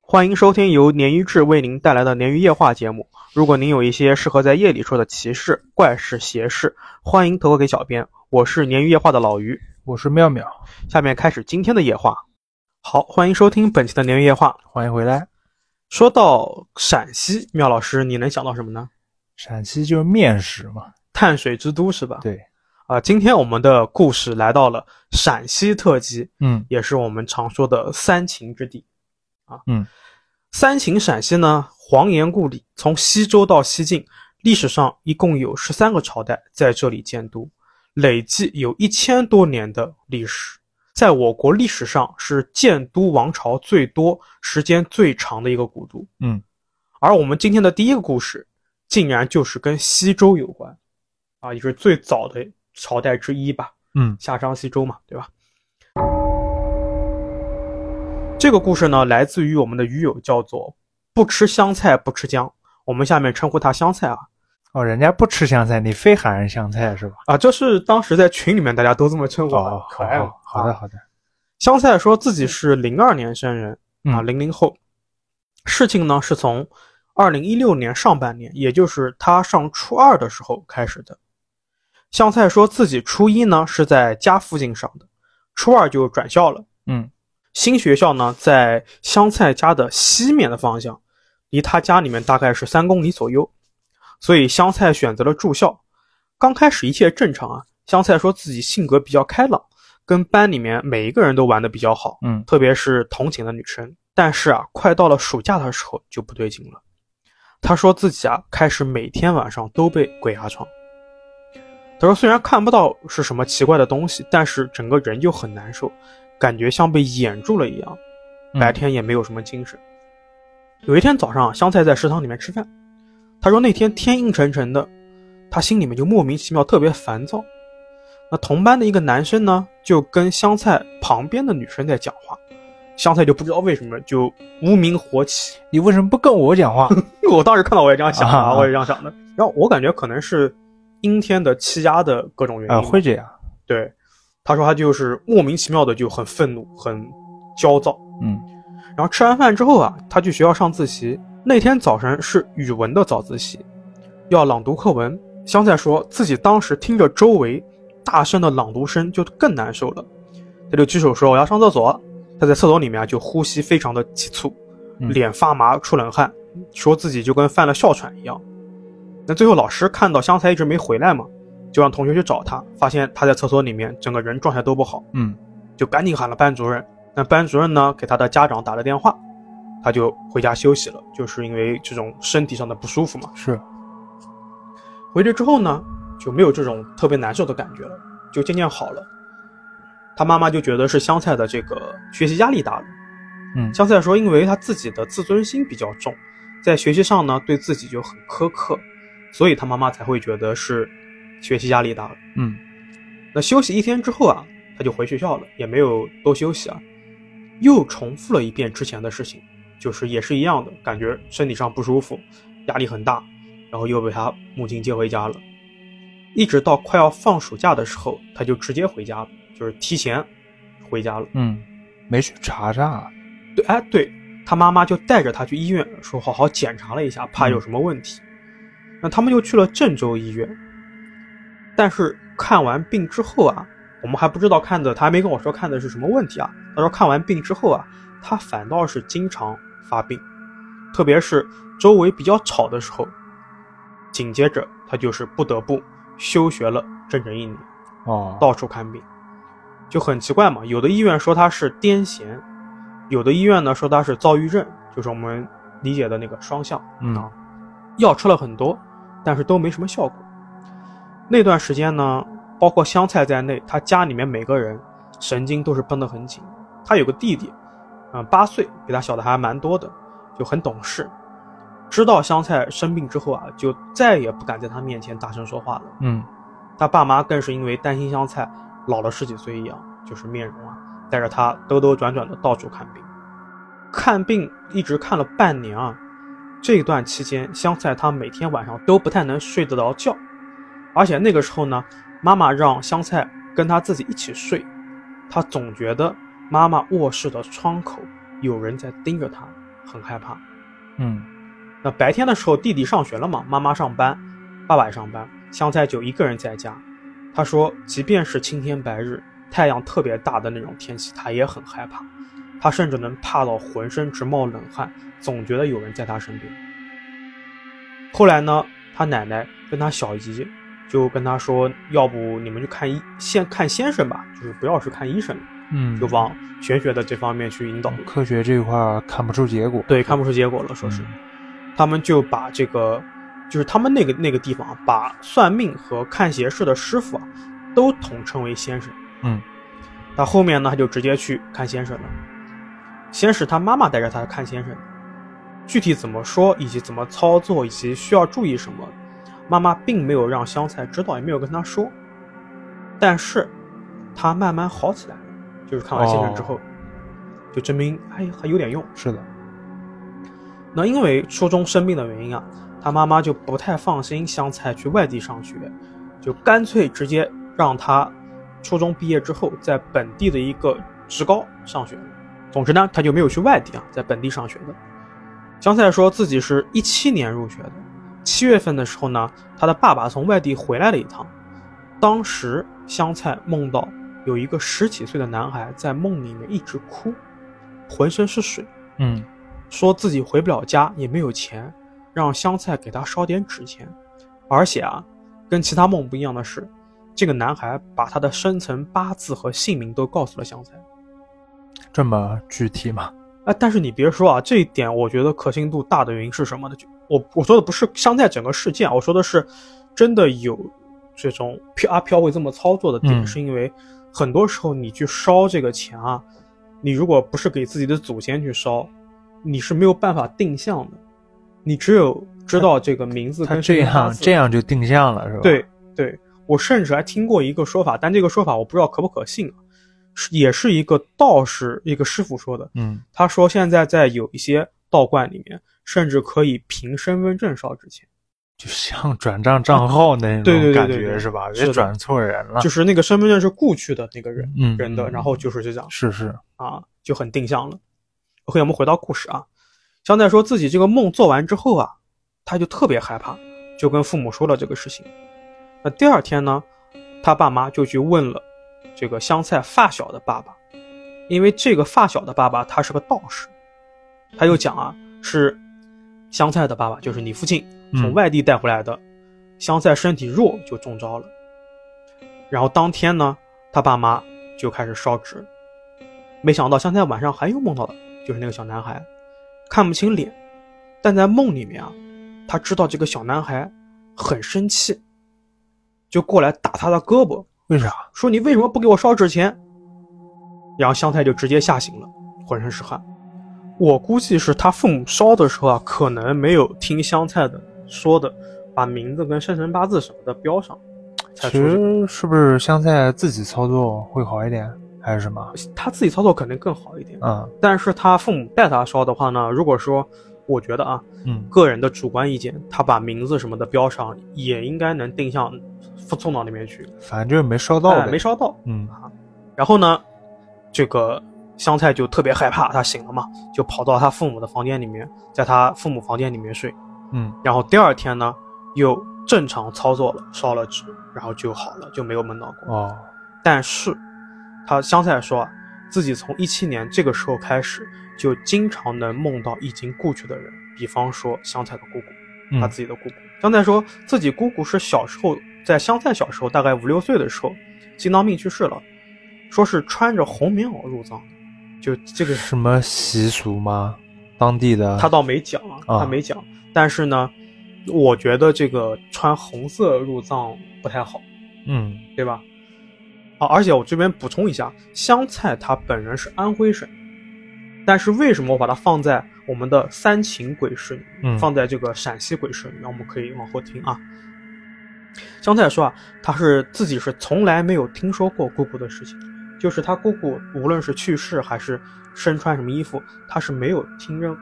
欢迎收听由鲶鱼志为您带来的鲶鱼夜话节目。如果您有一些适合在夜里说的奇事、怪事、邪事，欢迎投稿给小编。我是鲶鱼夜话的老于，我是妙妙，下面开始今天的夜话。好，欢迎收听本期的鲶鱼夜话。欢迎回来。说到陕西，妙老师，你能想到什么呢？陕西就是面食嘛，碳水之都是吧？对，啊、今天我们的故事来到了陕西特辑，嗯也是我们常说的三秦之地啊。嗯，三秦陕西呢，黄岩故里，从西周到西晋，历史上一共有十三个朝代在这里建都，累计有一千多年的历史，在我国历史上是建都王朝最多、时间最长的一个古都。嗯，而我们今天的第一个故事，竟然就是跟西周有关，啊，也是最早的朝代之一吧。嗯夏商西周嘛，对吧？这个故事呢，来自于我们的鱼友，叫做“不吃香菜不吃姜”，我们下面称呼他香菜啊哦，人家不吃香菜，你非喊人香菜是吧？啊，这是当时在群里面大家都这么称呼的，哦，可爱嘛好。好的啊好的，香菜说自己是零二年生人啊，嗯零零后。事情呢是从二零一六年上半年，也就是他上初二的时候开始的。香菜说自己初一呢是在家附近上的，初二就转校了。嗯新学校呢，在香菜家的西面的方向，离他家里面大概是三公里左右，所以香菜选择了住校。刚开始一切正常啊，香菜说自己性格比较开朗，跟班里面每一个人都玩的比较好，嗯特别是同寝的女生。但是啊，快到了暑假的时候就不对劲了。他说自己啊，开始每天晚上都被鬼压床。他说虽然看不到是什么奇怪的东西，但是整个人就很难受，感觉像被掩住了一样，嗯白天也没有什么精神。有一天早上，香菜在食堂里面吃饭，他说那天天阴沉沉的，他心里面就莫名其妙特别烦躁。那同班的一个男生呢，就跟香菜旁边的女生在讲话，香菜就不知道为什么就无名火起。你为什么不跟我讲话？因为我当时看到我也这样想啊啊，我也这样想的。然后我感觉可能是阴天的气压的各种原因啊，吧，会这样，对，他说他就是莫名其妙的就很愤怒、很焦躁。嗯然后吃完饭之后啊，他去学校上自习。那天早晨是语文的早自习，要朗读课文。香菜说自己当时听着周围大声的朗读声就更难受了，他就举手说我要上厕所。他在厕所里面啊就呼吸非常的急促，嗯脸发麻、出冷汗，说自己就跟犯了哮喘一样。那最后老师看到香菜一直没回来嘛，就让同学去找他，发现他在厕所里面整个人状态都不好。嗯就赶紧喊了班主任。那班主任呢，给他的家长打了电话，他就回家休息了，就是因为这种身体上的不舒服嘛。嗯是，回去之后呢，就没有这种特别难受的感觉了，就渐渐好了。他妈妈就觉得是香菜的这个学习压力大了。嗯香菜说，因为他自己的自尊心比较重，在学习上呢对自己就很苛刻，所以他妈妈才会觉得是学习压力大了。嗯那休息一天之后啊，他就回学校了，也没有多休息啊，又重复了一遍之前的事情，就是也是一样的感觉，身体上不舒服，压力很大，然后又被他母亲接回家了，一直到快要放暑假的时候，他就直接回家了，就是提前回家了。嗯，没去查啊查，对，哎，对他妈妈就带着他去医院，说好好检查了一下，怕有什么问题。那他们又去了郑州医院，但是看完病之后啊，我们还不知道看的，他还没跟我说看的是什么问题啊。他说看完病之后啊，他反倒是经常发病，特别是周围比较吵的时候。紧接着他就是不得不休学了整整一年。哦，到处看病，就很奇怪嘛。有的医院说他是癫痫，有的医院呢说他是躁郁症，就是我们理解的那个双向。嗯药吃了很多，但是都没什么效果。那段时间呢，包括香菜在内，他家里面每个人神经都是绷得很紧。他有个弟弟，嗯，八岁，比他小的还蛮多的，就很懂事。知道香菜生病之后啊，就再也不敢在他面前大声说话了。嗯他爸妈更是因为担心香菜老了十几岁一样，就是面容啊，带着他兜兜转转的到处看病。看病一直看了半年啊，这段期间，香菜她每天晚上都不太能睡得着觉，而且那个时候呢，妈妈让香菜跟她自己一起睡，她总觉得妈妈卧室的窗口有人在盯着她，很害怕。嗯那白天的时候，弟弟上学了嘛，妈妈上班，爸爸也上班，香菜就一个人在家。他说，即便是青天白日，太阳特别大的那种天气，他也很害怕。他甚至能怕到浑身直冒冷汗，总觉得有人在他身边。后来呢，他奶奶跟他小姨就跟他说，要不你们去看医先看先生吧，就是不要去看医生了，嗯，就往玄学的这方面去引导。科学这一块儿看不出结果。对，看不出结果了，说是。他们就把这个，就是他们那个那个地方啊，把算命和看邪事的师傅啊，都统称为先生。嗯，那后面呢，他就直接去看先生了。先是他妈妈带着他看先生的，具体怎么说，以及怎么操作，以及需要注意什么，妈妈并没有让香菜知道，也没有跟他说。但是，他慢慢好起来了，就是看完先生之后，就证明哎还有点用。是的，那因为初中生病的原因啊，他妈妈就不太放心香菜去外地上学，就干脆直接让他初中毕业之后在本地的一个职高上学。总之呢，他就没有去外地啊，在本地上学的。香菜说自己是一七年入学的，七月份的时候呢，他的爸爸从外地回来了一趟。当时香菜梦到有一个十几岁的男孩在梦里面一直哭，浑身是水，嗯说自己回不了家，也没有钱，让香菜给他烧点纸钱。而且啊，跟其他梦不一样的是，这个男孩把他的生辰八字和姓名都告诉了香菜。这么具体吗？啊，但是你别说啊，这一点我觉得可信度大的原因是什么呢？就我我说的不是香菜整个事件，我说的是真的有这种飘阿飘会这么操作的点，嗯是因为很多时候你去烧这个钱啊，你如果不是给自己的祖先去烧，你是没有办法定向的，你只有知道这个名字他跟这样这样样就定向了是吧？对，对，我甚至还听过一个说法，但这个说法我不知道可不可信啊，是也是一个道士一个师傅说的。嗯他说现在在有一些道观里面，甚至可以凭身份证烧纸钱，就像转账账号那对对对种感对觉对是吧？是别的转错人了。就是那个身份证是故去的那个人啊嗯，人的，嗯然后就是这样是是，啊，就很定向了。OK，我们回到故事啊，香菜说自己这个梦做完之后啊，他就特别害怕，就跟父母说了这个事情。那第二天呢，他爸妈就去问了这个香菜发小的爸爸，因为这个发小的爸爸他是个道士，他就讲啊，是香菜的爸爸，就是你父亲从嗯外地带回来的。香菜身体弱就中招了，然后当天呢，他爸妈就开始烧纸，没想到香菜晚上还又梦到了，就是那个小男孩，看不清脸，但在梦里面啊，他知道这个小男孩很生气，就过来打他的胳膊，为啥？说你为什么不给我烧纸钱？然后香菜就直接吓醒了，浑身是汗。我估计是他父母烧的时候啊，可能没有听香菜的说的，把名字跟生辰八字什么的标上，才其出事。实是不是香菜自己操作会好一点，还是什么？他自己操作肯定更好一点，嗯但是他父母带他烧的话呢，如果说我觉得啊，嗯，个人的主观意见，他把名字什么的标上，也应该能定向送到那边去，反正就是没烧到哎呗。没烧到。嗯然后呢，这个香菜就特别害怕，他醒了嘛，就跑到他父母的房间里面，在他父母房间里面睡。嗯然后第二天呢，又正常操作了，烧了纸，然后就好了，就没有梦到过。哦，但是，他香菜说啊，自己从一七年这个时候开始，就经常能梦到已经故去的人，比方说香菜的姑姑。嗯他自己的姑姑。香菜说自己姑姑是小时候在香菜小时候大概五六岁的时候，心脏病去世了，说是穿着红棉袄入葬的，就这个什么习俗吗？当地的他倒没讲啊，啊他没讲。但是呢，我觉得这个穿红色入葬不太好，嗯对吧？啊，而且我这边补充一下，香菜他本人是安徽省，但是为什么我把它放在我们的三秦鬼市里面？嗯放在这个陕西鬼市里，我们可以往后听啊。香菜说啊，他是自己是从来没有听说过姑姑的事情，就是他姑姑无论是去世还是身穿什么衣服，他是没有听任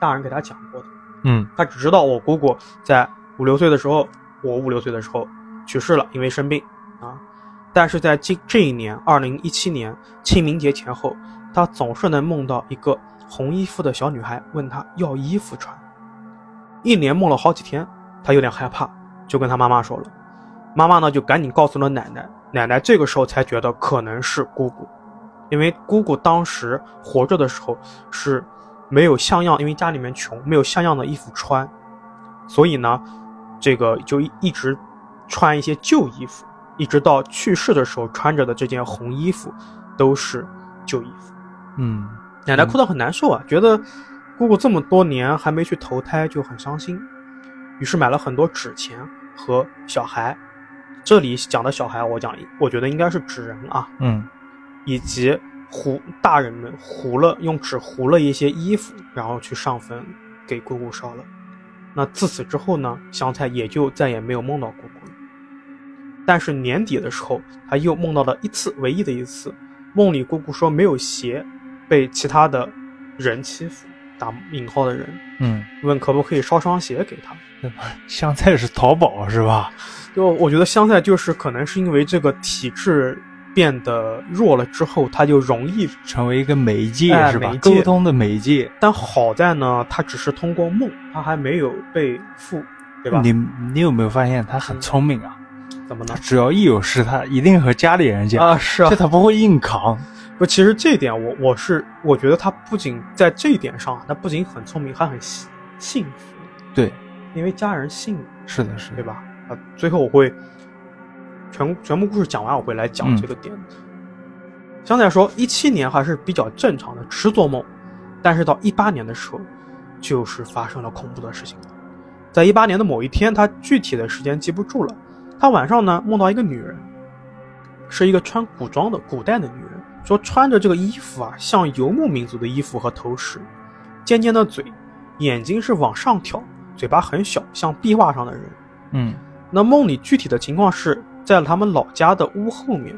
大人给他讲过的。嗯他只知道我姑姑在五六岁的时候，我五六岁的时候去世了，因为生病啊。但是在这这一年，二零一七年清明节前后，他总是能梦到一个红衣服的小女孩问他要衣服穿。一连梦了好几天，他有点害怕，就跟他妈妈说了。妈妈呢就赶紧告诉了奶奶，奶奶这个时候才觉得可能是姑姑，因为姑姑当时活着的时候是没有像样，因为家里面穷，没有像样的衣服穿，所以呢，这个就一一直穿一些旧衣服，一直到去世的时候穿着的这件红衣服都是旧衣服。嗯奶奶哭得很难受啊，觉得姑姑这么多年还没去投胎，就很伤心，于是买了很多纸钱和小孩。这里讲的小孩，我讲，我觉得应该是纸人啊，嗯以及糊大人们糊了用纸糊了一些衣服，然后去上坟给姑姑烧了。那自此之后呢，香菜也就再也没有梦到姑姑了。但是年底的时候，他又梦到了一次，唯一的一次，梦里姑姑说没有鞋，被其他的人欺负，打引号的人嗯，问可不可以烧双鞋给他。香菜是淘宝是吧？就我觉得香菜就是可能是因为这个体质变得弱了之后，他就容易成为一个媒介、哎是吧？媒介沟通的媒介，但好在呢，他只是通过梦，他还没有被附，对吧？你你有没有发现他很聪明啊？怎么呢他？只要一有事，他一定和家里人讲，啊，是啊这，他不会硬扛。不，其实这一点我我是我觉得他不仅在这一点上，他不仅很聪明，还很幸幸福，对，因为家人信，是的，是对的，吧？啊，最后我会全全部故事讲完，我会来讲嗯这个点。相对来说，一七年还是比较正常的，只是做梦，但是到一八年的时候，就是发生了恐怖的事情了。在一八年的某一天，他具体的时间记不住了，他晚上呢梦到一个女人，是一个穿古装的古代的女人，说穿着这个衣服啊，像游牧民族的衣服和头饰，尖尖的嘴，眼睛是往上挑，嘴巴很小，像壁画上的人。嗯那梦里具体的情况是在他们老家的屋后面，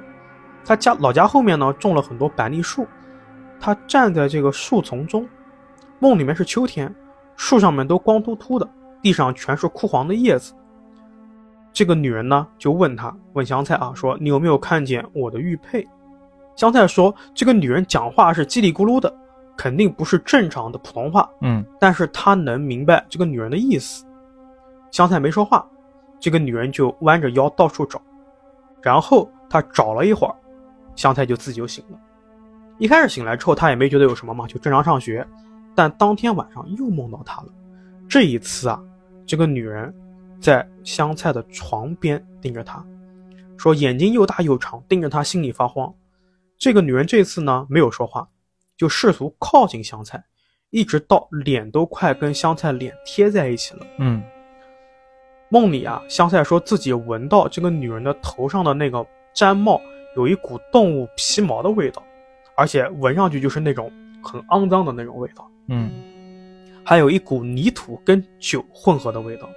他家老家后面呢种了很多板栗树，他站在这个树丛中，梦里面是秋天，树上面都光秃秃的，地上全是枯黄的叶子。这个女人呢就问他，问香菜啊，说你有没有看见我的玉佩？香菜说这个女人讲话是叽里咕噜的，肯定不是正常的普通话，嗯但是他能明白这个女人的意思。香菜没说话，这个女人就弯着腰到处找，然后她找了一会儿，香菜就自己就醒了。一开始醒来之后，她也没觉得有什么嘛，就正常上学。但当天晚上又梦到她了，这一次啊，这个女人在香菜的床边盯着她，说眼睛又大又长，盯着她心里发慌。这个女人这次呢没有说话，就试图靠近香菜，一直到脸都快跟香菜脸贴在一起了。嗯梦里啊，香菜说自己闻到这个女人的头上的那个毡帽有一股动物皮毛的味道，而且闻上去就是那种很肮脏的那种味道，嗯，还有一股泥土跟酒混合的味道。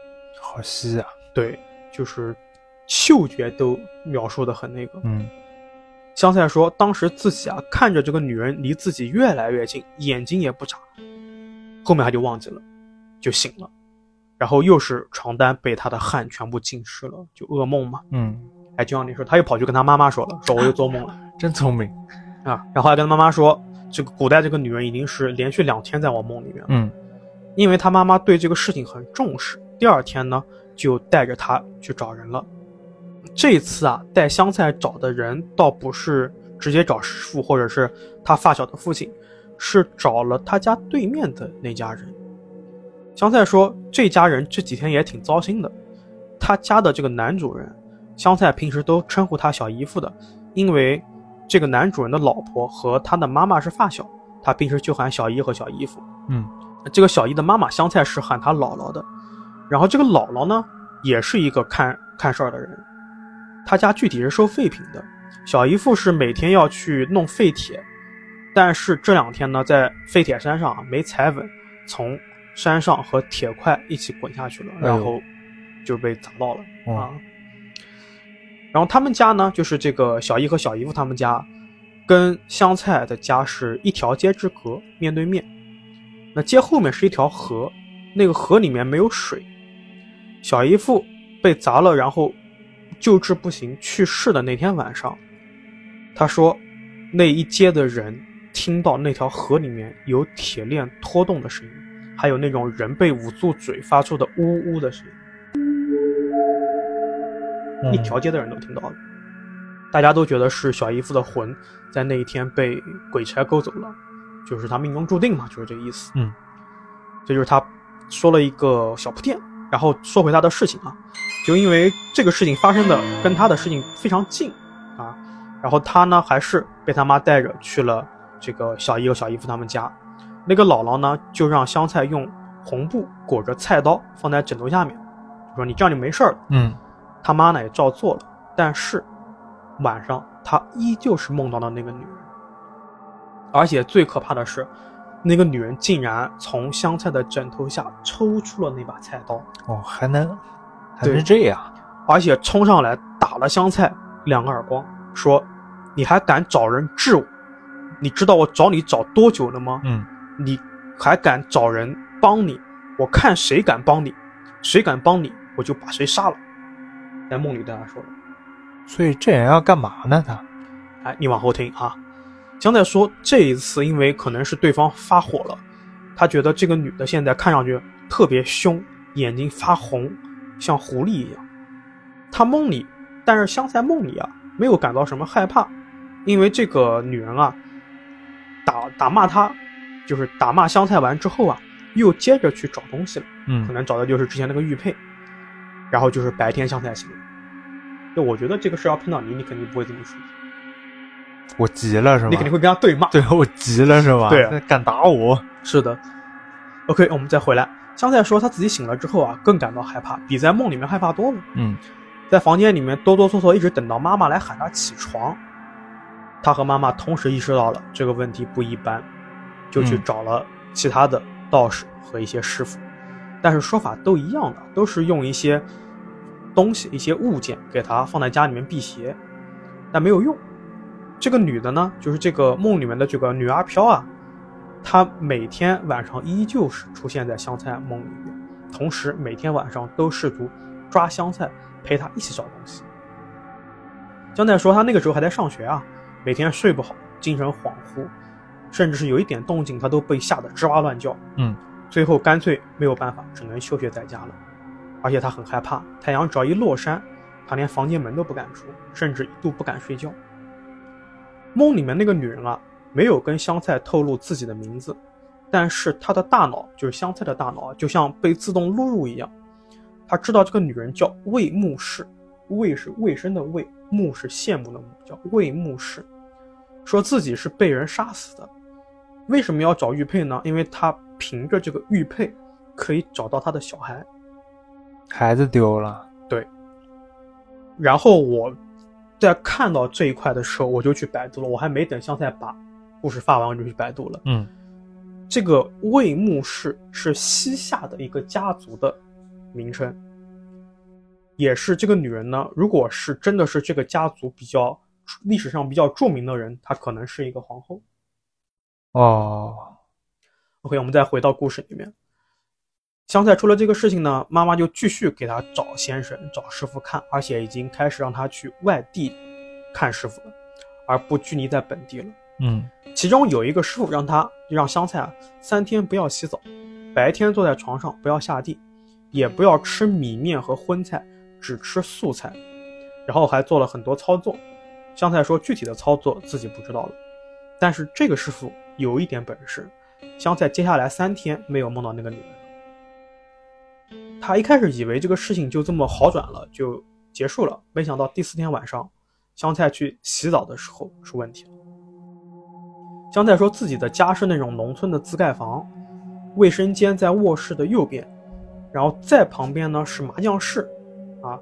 好稀啊。对，就是嗅觉都描述的很那个。嗯香菜说，当时自己啊看着这个女人离自己越来越近，眼睛也不眨，后面他就忘记了，就醒了，然后又是床单被他的汗全部浸湿了，就噩梦嘛。嗯，哎，就像你说，他又跑去跟他妈妈说了，说我又做梦了真聪明。啊，然后还跟他妈妈说，这个古代这个女人已经是连续两天在我梦里面了，嗯因为他妈妈对这个事情很重视。第二天呢，就带着他去找人了。这次啊，带香菜找的人倒不是直接找师傅或者是他发小的父亲，是找了他家对面的那家人。香菜说，这家人这几天也挺糟心的。他家的这个男主人，香菜平时都称呼他小姨夫的，因为这个男主人的老婆和他的妈妈是发小，他平时就喊小姨和小姨夫。嗯这个小姨的妈妈香菜是喊她姥姥的，然后这个姥姥呢，也是一个看看事儿的人，她家具体是收废品的，小姨夫是每天要去弄废铁，但是这两天呢，在废铁山上啊没踩稳，从山上和铁块一起滚下去了，哎呦然后就被砸到了、哦啊。然后他们家呢，就是这个小姨和小姨夫他们家，跟香菜的家是一条街之隔，面对面。那街后面是一条河，那个河里面没有水。小姨夫被砸了，然后救治不行去世的那天晚上，他说那一街的人听到那条河里面有铁链拖动的声音，还有那种人被捂住嘴发出的呜呜的声音。嗯一条街的人都听到了，大家都觉得是小姨夫的魂在那一天被鬼差勾走了，就是他命中注定嘛，就是这个意思。嗯，这就是他说了一个小铺垫，然后说回他的事情啊，就因为这个事情发生的跟他的事情非常近啊，然后他呢还是被他妈带着去了这个小姨和小姨夫他们家，那个姥姥呢就让香菜用红布裹着菜刀放在枕头下面，就说你这样就没事儿了。嗯他妈呢也照做了，但是晚上他依旧是梦到了那个女人，而且最可怕的是，那个女人竟然从香菜的枕头下抽出了那把菜刀，哦，还能还对能这样？而且冲上来打了香菜两个耳光，说：“你还敢找人治我？你知道我找你找多久了吗？嗯你还敢找人帮你？我看谁敢帮你，谁敢帮你，我就把谁杀了。”在梦里对他说的。所以这人要干嘛呢？他哎，你往后听啊。香菜说，这一次因为可能是对方发火了，他觉得这个女的现在看上去特别凶，眼睛发红，像狐狸一样。他梦里，但是香菜梦里啊，没有感到什么害怕，因为这个女人啊，打打骂他，就是打骂香菜完之后啊，又接着去找东西了。可嗯能找的就是之前那个玉佩，然后就是白天香菜行为。就我觉得这个事要碰到你，你肯定不会这么说，我急了是吧？你肯定会跟他对骂。 对我急了是吧？对啊那敢打我？是的。OK，我们再回来。香菜说，他自己醒了之后啊，更感到害怕，比在梦里面害怕多了。嗯在房间里面哆哆嗦嗦，一直等到妈妈来喊他起床。他和妈妈同时意识到了这个问题不一般，就去嗯找了其他的道士和一些师傅，但是说法都一样的，都是用一些东西、一些物件给他放在家里面辟邪，但没有用。这个女的呢，就是这个梦里面的这个女阿飘啊，她每天晚上依旧是出现在香菜梦里面，同时每天晚上都试图抓香菜陪她一起找东西。香菜说，她那个时候还在上学啊，每天睡不好，精神恍惚，甚至是有一点动静，她都被吓得吱哇乱叫。嗯，最后干脆没有办法，只能休学在家了。而且她很害怕，太阳只要一落山，她连房间门都不敢出，甚至一度不敢睡觉。梦里面那个女人啊，没有跟香菜透露自己的名字，但是她的大脑，就是香菜的大脑啊，就像被自动录入一样。她知道这个女人叫魏木氏，魏是卫生的魏，木是羡慕的木，叫魏木氏，说自己是被人杀死的。为什么要找玉佩呢？因为她凭着这个玉佩，可以找到她的小孩。孩子丢了。然后我在看到这一块的时候，我就去百度了，我还没等香菜把故事发完，我就去百度了。嗯这个魏木氏是西夏的一个家族的名称，也是这个女人呢，如果是真的是这个家族比较历史上比较著名的人，她可能是一个皇后。哦 OK，我们再回到故事里面。香菜出了这个事情呢，妈妈就继续给她找先生、找师傅看，而且已经开始让她去外地看师傅了，而不拘泥在本地了。嗯其中有一个师傅让她让香菜啊三天不要洗澡，白天坐在床上不要下地，也不要吃米面和荤菜，只吃素菜，然后还做了很多操作。香菜说具体的操作自己不知道了，但是这个师傅有一点本事，香菜接下来三天没有梦到那个女人。她一开始以为这个事情就这么好转了，就结束了，没想到第四天晚上，香菜去洗澡的时候出问题了。香菜说自己的家是那种农村的自盖房，卫生间在卧室的右边，然后再旁边呢是麻将室，啊，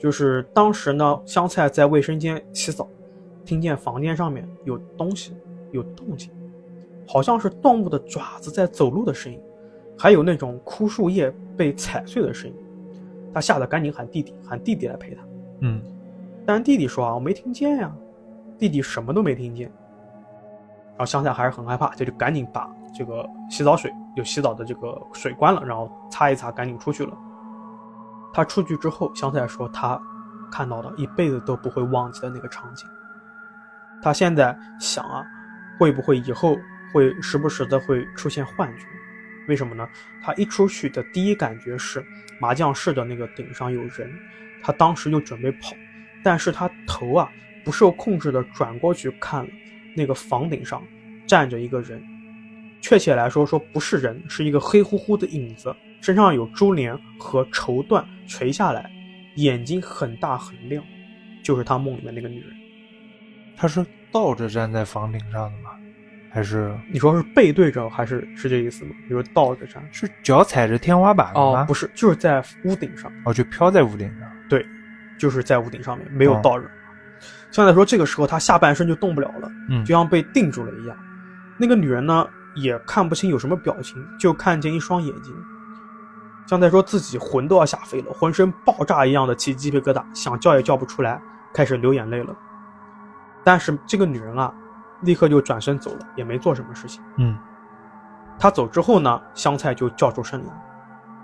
就是当时呢香菜在卫生间洗澡，听见房间上面有东西有动静，好像是动物的爪子在走路的声音，还有那种枯树叶被踩碎的声音，她吓得赶紧喊弟弟，喊弟弟来陪她。嗯但是弟弟说啊，我没听见呀、弟弟什么都没听见。然后香菜还是很害怕，这就赶紧把这个洗澡水有洗澡的这个水关了，然后擦一擦，赶紧出去了。他出去之后，香菜说他看到了一辈子都不会忘记的那个场景。他现在想啊，会不会以后会时不时的会出现幻觉？为什么呢？他一出去的第一感觉是麻将室的那个顶上有人，他当时就准备跑，但是他头啊不受控制的转过去看了，那个房顶上站着一个人，确切来说说不是人，是一个黑乎乎的影子，身上有珠帘和绸缎垂下来，眼睛很大很亮，就是他梦里面那个女人。他是倒着站在房顶上的吗？还是你说是背对着还是是这意思吗？你说倒着站？是脚踩着天花板的哦吗？，不是，就是在屋顶上。哦，就飘在屋顶上。就是在屋顶上面，没有哦倒着。相对来说，这个时候他下半身就动不了了，嗯就像被定住了一样。那个女人呢，也看不清有什么表情，就看见一双眼睛。相对来说，自己魂都要吓飞了，浑身爆炸一样的起鸡皮疙瘩，想叫也叫不出来，开始流眼泪了。但是这个女人啊，立刻就转身走了，也没做什么事情。嗯，他走之后呢，香菜就叫出声来，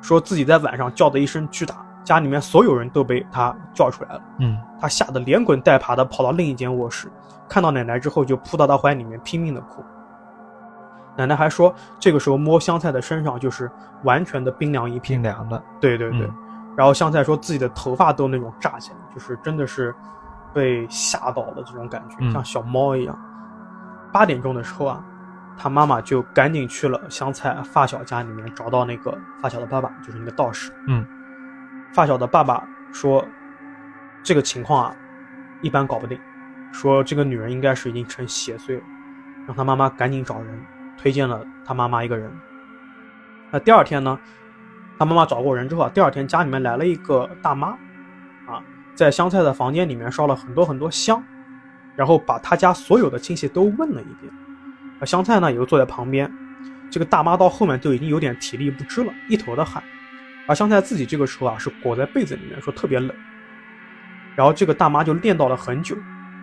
说自己在晚上叫的一声巨大，家里面所有人都被他叫出来了。嗯，他吓得连滚带爬的跑到另一间卧室，看到奶奶之后就扑到她怀里面拼命的哭。奶奶还说，这个时候摸香菜的身上就是完全的冰凉一片。冰凉的。对对对。嗯然后香菜说自己的头发都那种炸起来，就是真的是被吓到的这种感觉，嗯像小猫一样。八点钟的时候啊，他妈妈就赶紧去了香菜发小家里面找到那个发小的爸爸，就是那个道士。嗯，发小的爸爸说，这个情况啊，一般搞不定，说这个女人应该是已经成邪祟了，让他妈妈赶紧找人，推荐了他妈妈一个人。那第二天呢，他妈妈找过人之后啊，第二天家里面来了一个大妈，啊，在香菜的房间里面烧了很多很多香，然后把他家所有的亲戚都问了一遍。而香菜呢，也就坐在旁边。这个大妈到后面就已经有点体力不支了，一头的汗。而香菜自己这个时候啊，是裹在被子里面，说特别冷。然后这个大妈就练叨了很久，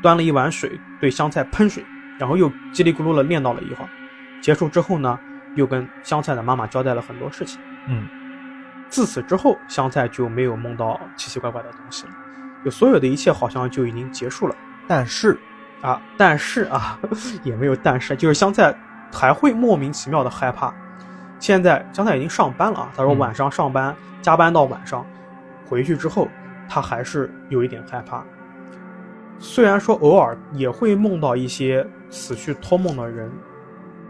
端了一碗水对香菜喷水，然后又叽里咕噜的练叨了一会儿。结束之后呢，又跟香菜的妈妈交代了很多事情。嗯，自此之后，香菜就没有梦到奇奇怪怪的东西了，就所有的一切好像就已经结束了但是，啊。但是啊， 也没有但是，就是香菜还会莫名其妙的害怕。现在香菜已经上班了啊，他说嗯晚上上班、加班到晚上，回去之后他还是有一点害怕。虽然说偶尔也会梦到一些死去托梦的人，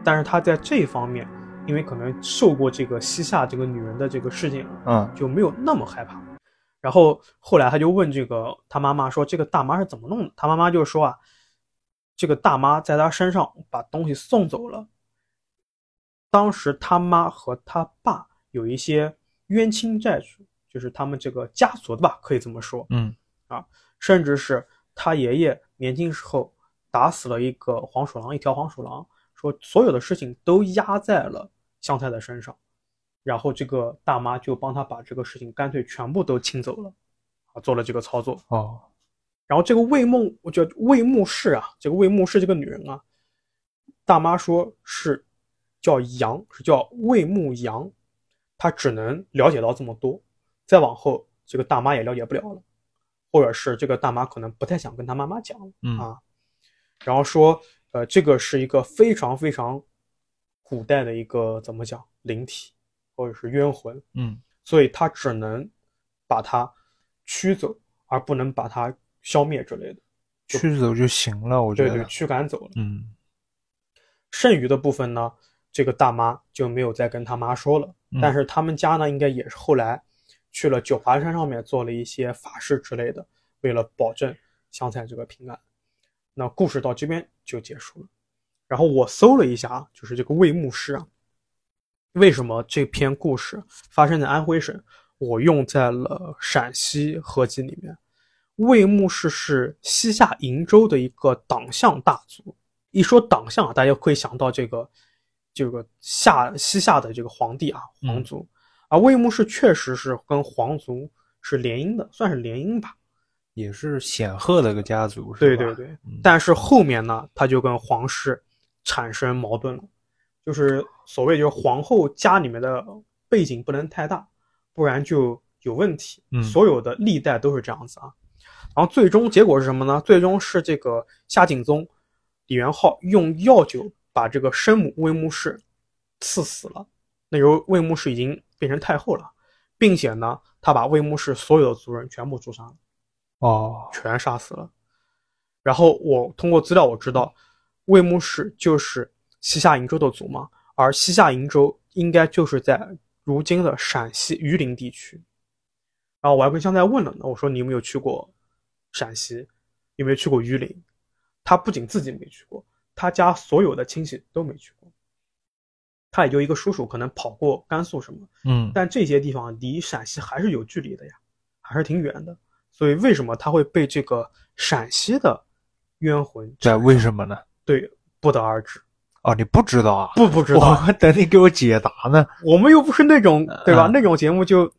但是他在这方面，因为可能受过这个西夏这个女人的这个事件啊，嗯就没有那么害怕。然后后来他就问这个他妈妈说：“这个大妈是怎么弄的？”他妈妈就说啊：“这个大妈在他身上把东西送走了。当时他妈和他爸有一些冤亲债主，就是他们这个家族的吧，可以这么说。嗯甚至是他爷爷年轻时候打死了一个黄鼠狼，一条黄鼠狼，说所有的事情都压在了香菜的身上，然后这个大妈就帮他把这个事情干脆全部都清走了，啊，做了这个操作。哦，然后这个魏梦，我觉得魏牧氏啊，这个魏牧氏这个女人啊，大妈说是叫杨，是叫魏牧杨，她只能了解到这么多，再往后这个大妈也了解不了了，或者是这个大妈可能不太想跟她妈妈讲了。嗯啊，然后说，呃，这个是一个非常非常古代的一个怎么讲灵体或者是冤魂，嗯所以他只能把它驱走，而不能把它消灭之类的，驱走就行了，我觉对得。对，驱赶走了。嗯剩余的部分呢，这个大妈就没有再跟他妈说了。嗯但是他们家呢，应该也是后来去了九华山上面做了一些法事之类的，为了保证香菜这个平安。那故事到这边就结束了。然后我搜了一下啊，就是这个魏牧师啊，为什么这篇故事发生在安徽省？我用在了陕西合集里面。魏牧氏是西夏瀛州的一个党项大族。一说党项啊，大家会想到这个这个夏西夏的这个皇帝啊，嗯皇族。而魏牧氏确实是跟皇族是联姻的，算是联姻吧。也是显赫的一个家族，是对吧对，对嗯。但是后面呢，他就跟皇室产生矛盾了，就是所谓就是皇后家里面的背景不能太大，不然就有问题。嗯所有的历代都是这样子啊。然后最终结果是什么呢？最终是这个夏景宗李元昊用药酒把这个生母魏牧氏刺死了。那时候魏牧氏已经变成太后了，并且呢，他把魏牧氏所有的族人全部诛杀了，哦，全杀死了。然后我通过资料我知道，魏牧氏就是西夏瀛州的族嘛，而西夏瀛州应该就是在如今的陕西榆林地区。然后我还跟香菜问了呢，我说你有没有去过陕西，有没有去过榆林？他不仅自己没去过，他家所有的亲戚都没去过。他也就一个叔叔可能跑过甘肃什么，嗯，但这些地方离陕西还是有距离的呀，还是挺远的。所以为什么他会被这个陕西的冤魂这为什么呢？对不得而知？哦，你不知道啊？不不知 我道，还等你给我解答呢。我们又不是那种对吧？嗯那种节目就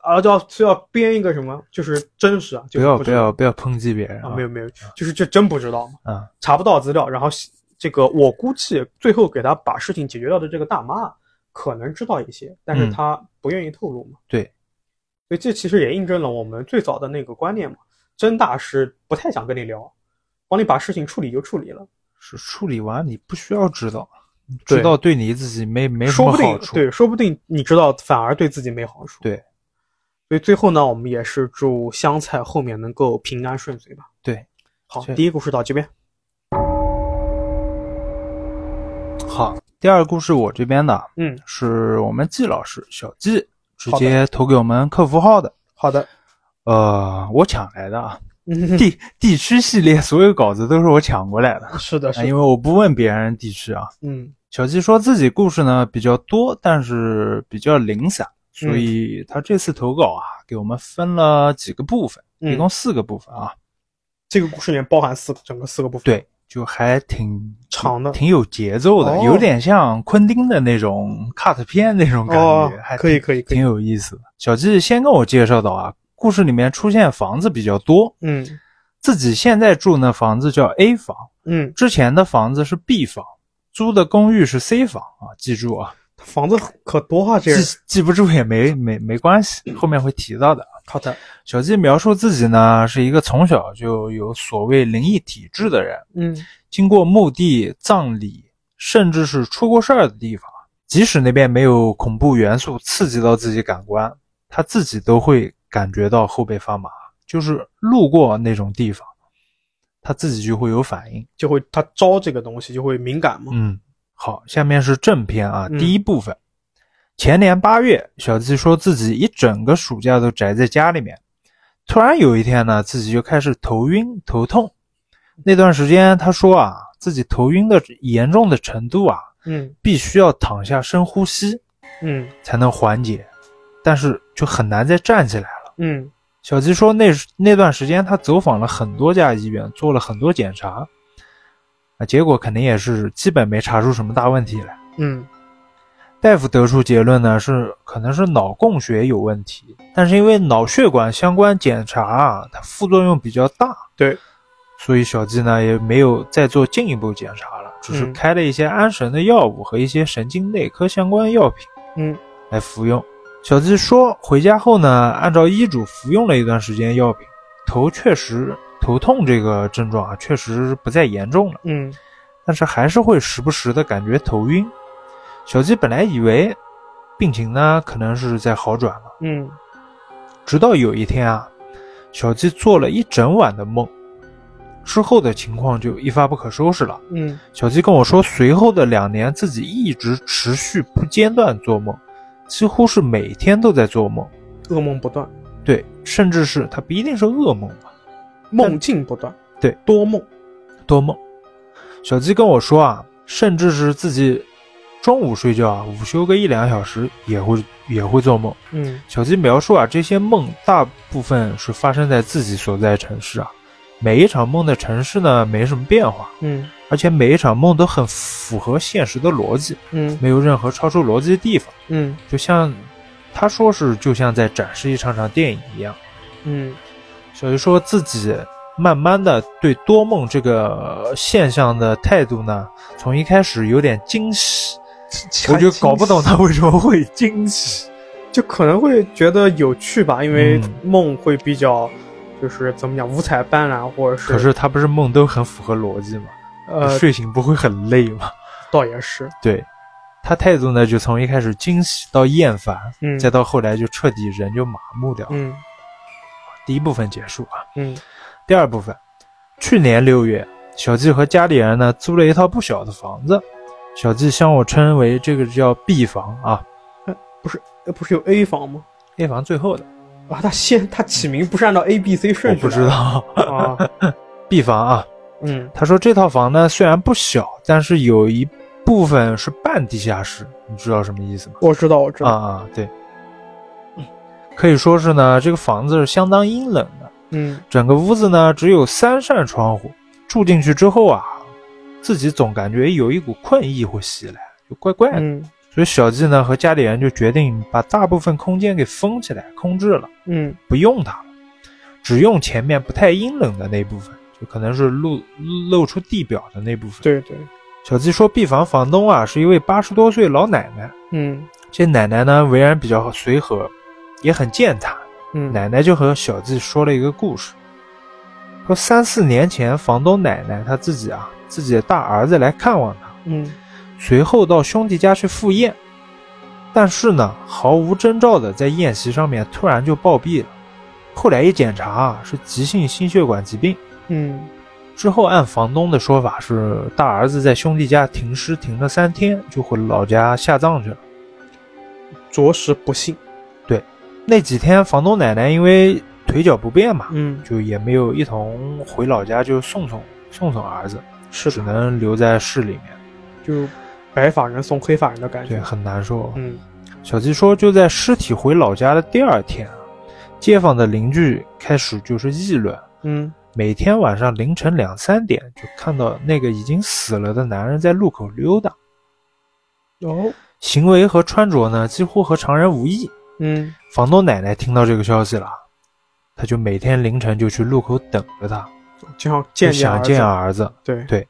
啊，就要就要编一个什么，就是真实啊，就不要不不知道要不要抨击别人啊，没有没有，就是这真不知道嘛，嗯查不到资料，然后这个我估计最后给他把事情解决掉的这个大妈可能知道一些，但是嗯她不愿意透露嘛。对，所以这其实也印证了我们最早的那个观念嘛，甄大师不太想跟你聊，帮你把事情处理就处理了，是处理完你不需要知道，对知道对你自己没没什说么不好定处。对，说不定你知道反而对自己没好处。对，所以最后呢，我们也是祝香菜后面能够平安顺遂吧。对好，是第一个故事到这边。好，第二个故事我这边的啊嗯，是我们季老师小季直好的接投给我们客服号的，好 的。呃，我抢来的啊， 嗯，地地区系列所有稿子都是我抢过来的，是的，啊是的因，为我不问别人地区啊。嗯小季说自己故事呢比较多，但是比较零散，嗯所以他这次投稿啊，给我们分了几个部分，嗯一共四个部分啊，这个故事里面包含四个整个四个部分。对，就还挺长的挺有节奏的，哦有点像昆汀的那种 cut 片那种感觉，哦还，可以挺可以可挺以，有意思的。小季先跟我介绍到啊，故事里面出现房子比较多，嗯自己现在住那房子叫 A 房，嗯，之前的房子是 B 房，租的公寓是 C 房啊，记住啊，房子可多啊，这人记记不住也没没没关系，后面会提到的。好的，小季描述自己呢是一个从小就有所谓灵异体质的人，嗯经过墓地、葬礼，甚至是出过事儿的地方，即使那边没有恐怖元素刺激到自己感官，他自己都会感觉到后背发麻，就是路过那种地方，他自己就会有反应。就会他招这个东西就会敏感嘛，嗯，好，下面是正片啊，嗯第一部分。前年八月，小季说自己一整个暑假都宅在家里面，突然有一天呢，自己就开始头晕头痛。那段时间，他说啊，自己头晕的严重的程度啊，嗯必须要躺下深呼吸嗯才能缓解，但是就很难再站起来了。嗯小吉说那时那段时间他走访了很多家医院，做了很多检查，啊，结果肯定也是基本没查出什么大问题来。嗯大夫得出结论呢是可能是脑供血有问题，但是因为脑血管相关检查啊，它副作用比较大，对，所以小季呢也没有再做进一步检查了，只是嗯开了一些安神的药物和一些神经内科相关药品嗯来服用。小季说回家后呢，按照医嘱服用了一段时间药品，头确实头痛这个症状啊确实不再严重了。嗯但是还是会时不时的感觉头晕。小鸡本来以为病情呢可能是在好转了，嗯直到有一天啊，小鸡做了一整晚的梦，之后的情况就一发不可收拾了。嗯小鸡跟我说，随后的两年自己一直持续不间断做梦，几乎是每天都在做梦，噩梦不断，对，甚至是它不一定是噩梦吧，梦境不断，对，多梦，多梦。小鸡跟我说啊，甚至是自己中午睡觉啊，午休个一两小时也会也会做梦。嗯小鸡描述啊，这些梦大部分是发生在自己所在城市啊，每一场梦的城市呢没什么变化，嗯而且每一场梦都很符合现实的逻辑，嗯没有任何超出逻辑的地方。嗯就像他说是就像在展示一场场电影一样。嗯小鱼说自己慢慢的对多梦这个现象的态度呢，从一开始有点惊喜，我就搞不懂他为什么会惊喜。就可能会觉得有趣吧，因为嗯梦会比较，就是怎么讲五彩斑斓，或者是可是他不是梦都很符合逻辑吗？呃，睡醒不会很累吗？倒也是，对，他态度呢，就从一开始惊喜到厌烦，嗯再到后来就彻底人就麻木掉了。嗯第一部分结束啊，嗯第二部分，去年六月，小季和家里人呢租了一套不小的房子，小季向我称为这个叫 B 房啊呃，不是有 A 房吗？ ，A 房最后的，啊，他先他起名不是按照 A B C 我顺序不来知的 道啊， B 房啊，嗯他说这套房呢虽然不小，但是有一部分是半地下室，你知道什么意思吗？我知道我知啊道，啊，对，可以说是呢，这个房子是相当阴冷的，嗯整个屋子呢只有三扇窗户，住进去之后啊，自己总感觉有一股困意会袭来，就怪怪的。嗯所以小季呢和家里人就决定把大部分空间给封起来，空置了，嗯不用它了，只用前面不太阴冷的那部分，就可能是露露出地表的那部分。对对，小季说，B 房房东啊是一位八十多岁老奶奶，嗯这奶奶呢为人比较随和，也很健谈。嗯奶奶就和小季说了一个故事，说三四年前房东奶奶她自己啊，自己的大儿子来看望她，嗯随后到兄弟家去赴宴，但是呢，毫无征兆的在宴席上面突然就暴毙了。后来一检查啊，是急性心血管疾病。嗯之后按房东的说法是，大儿子在兄弟家停尸停了三天，就回老家下葬去了。着实不幸，那几天房东奶奶因为腿脚不便嘛，嗯就也没有一同回老家，就送送送送儿子，是只的，能留在市里面，就白发人送黑发人的感对，啊觉，很难受。嗯小季说，就在尸体回老家的第二天啊，街坊的邻居开始就是议论，嗯每天晚上凌晨两三点就看到那个已经死了的男人在路口溜达，哦行为和穿着呢几乎和常人无异。嗯房东奶奶听到这个消息了，她就每天凌晨就去路口等着他，就想就见见想儿见子儿子。对对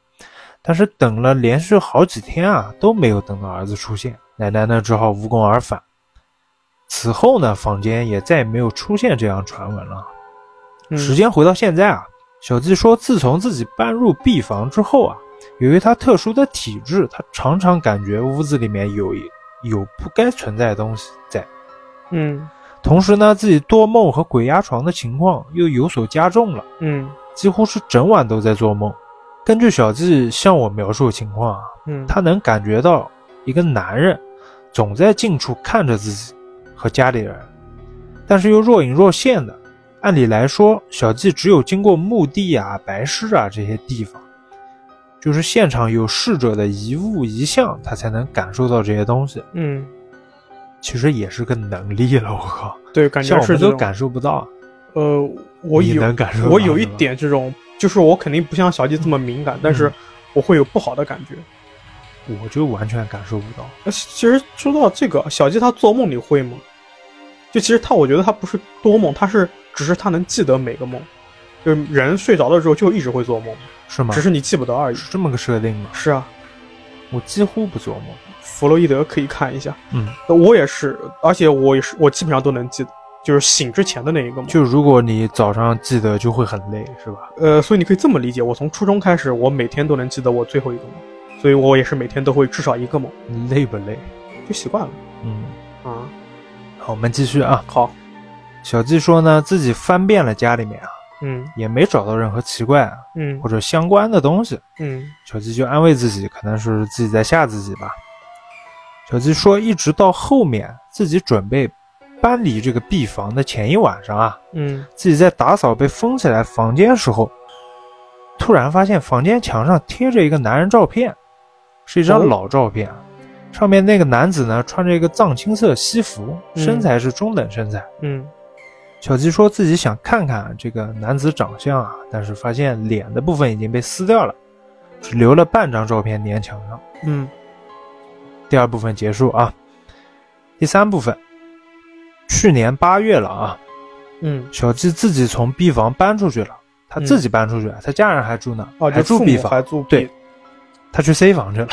但是等了连续好几天啊，都没有等到儿子出现，奶奶呢只好无功而返。此后呢，坊间也再也没有出现这样传闻了。嗯时间回到现在啊，小季说，自从自己搬入 B 房之后啊，由于他特殊的体质，他常常感觉屋子里面有一有不该存在的东西在。嗯同时呢，自己多梦和鬼压床的情况又有所加重了。嗯几乎是整晚都在做梦。根据小季向我描述的情况啊，嗯他能感觉到一个男人总在近处看着自己和家里人，但是又若隐若现的。按理来说，小季只有经过墓地啊、白尸啊这些地方，就是现场有逝者的遗物遗像，他才能感受到这些东西。嗯其实也是个能力了，我靠，对，感像觉我是们这都种感受不到。呃，我你有能感受我到有是一吧点这种，就是我肯定不像小季这么敏感，但是嗯我会有不好的感觉。我就完全感受不到。呃其实说到这个，小季他做梦你会吗？就其实他，我觉得他不是多梦，他是只是他能记得每个梦，就是人睡着了之后就一直会做梦，是吗？只是你记不得而已。是这么个设定吗？是啊，我几乎不做梦。弗洛伊德可以看一下，嗯，呃我也是，而且我也是，我基本上都能记得，就是醒之前的那一个梦。就如果你早上记得，就会很累，是吧？呃，所以你可以这么理解，我从初中开始，我每天都能记得我最后一个梦，所以我也是每天都会至少一个梦，你累不累？就习惯了嗯，啊。好，我们继续啊。好，小季说呢，自己翻遍了家里面啊，嗯也没找到任何奇怪啊嗯或者相关的东西。嗯小季就安慰自己，可能是自己在吓自己吧。小季说，一直到后面自己准备搬离这个 B 房的前一晚上啊，嗯自己在打扫被封起来房间时候，突然发现房间墙上贴着一个男人照片，是一张哦老照片啊，上面那个男子呢穿着一个藏青色西服，嗯身材是中等身材。嗯小吉说自己想看看这个男子长相啊，但是发现脸的部分已经被撕掉了，只留了半张照片粘墙上。嗯第二部分结束啊，第三部分，去年八月了啊，嗯，小季自己从 B 房搬出去了，他自己搬出去，他家人还住那，哦，还就住父 B 母房还，住 B 对，他去 C 房去了。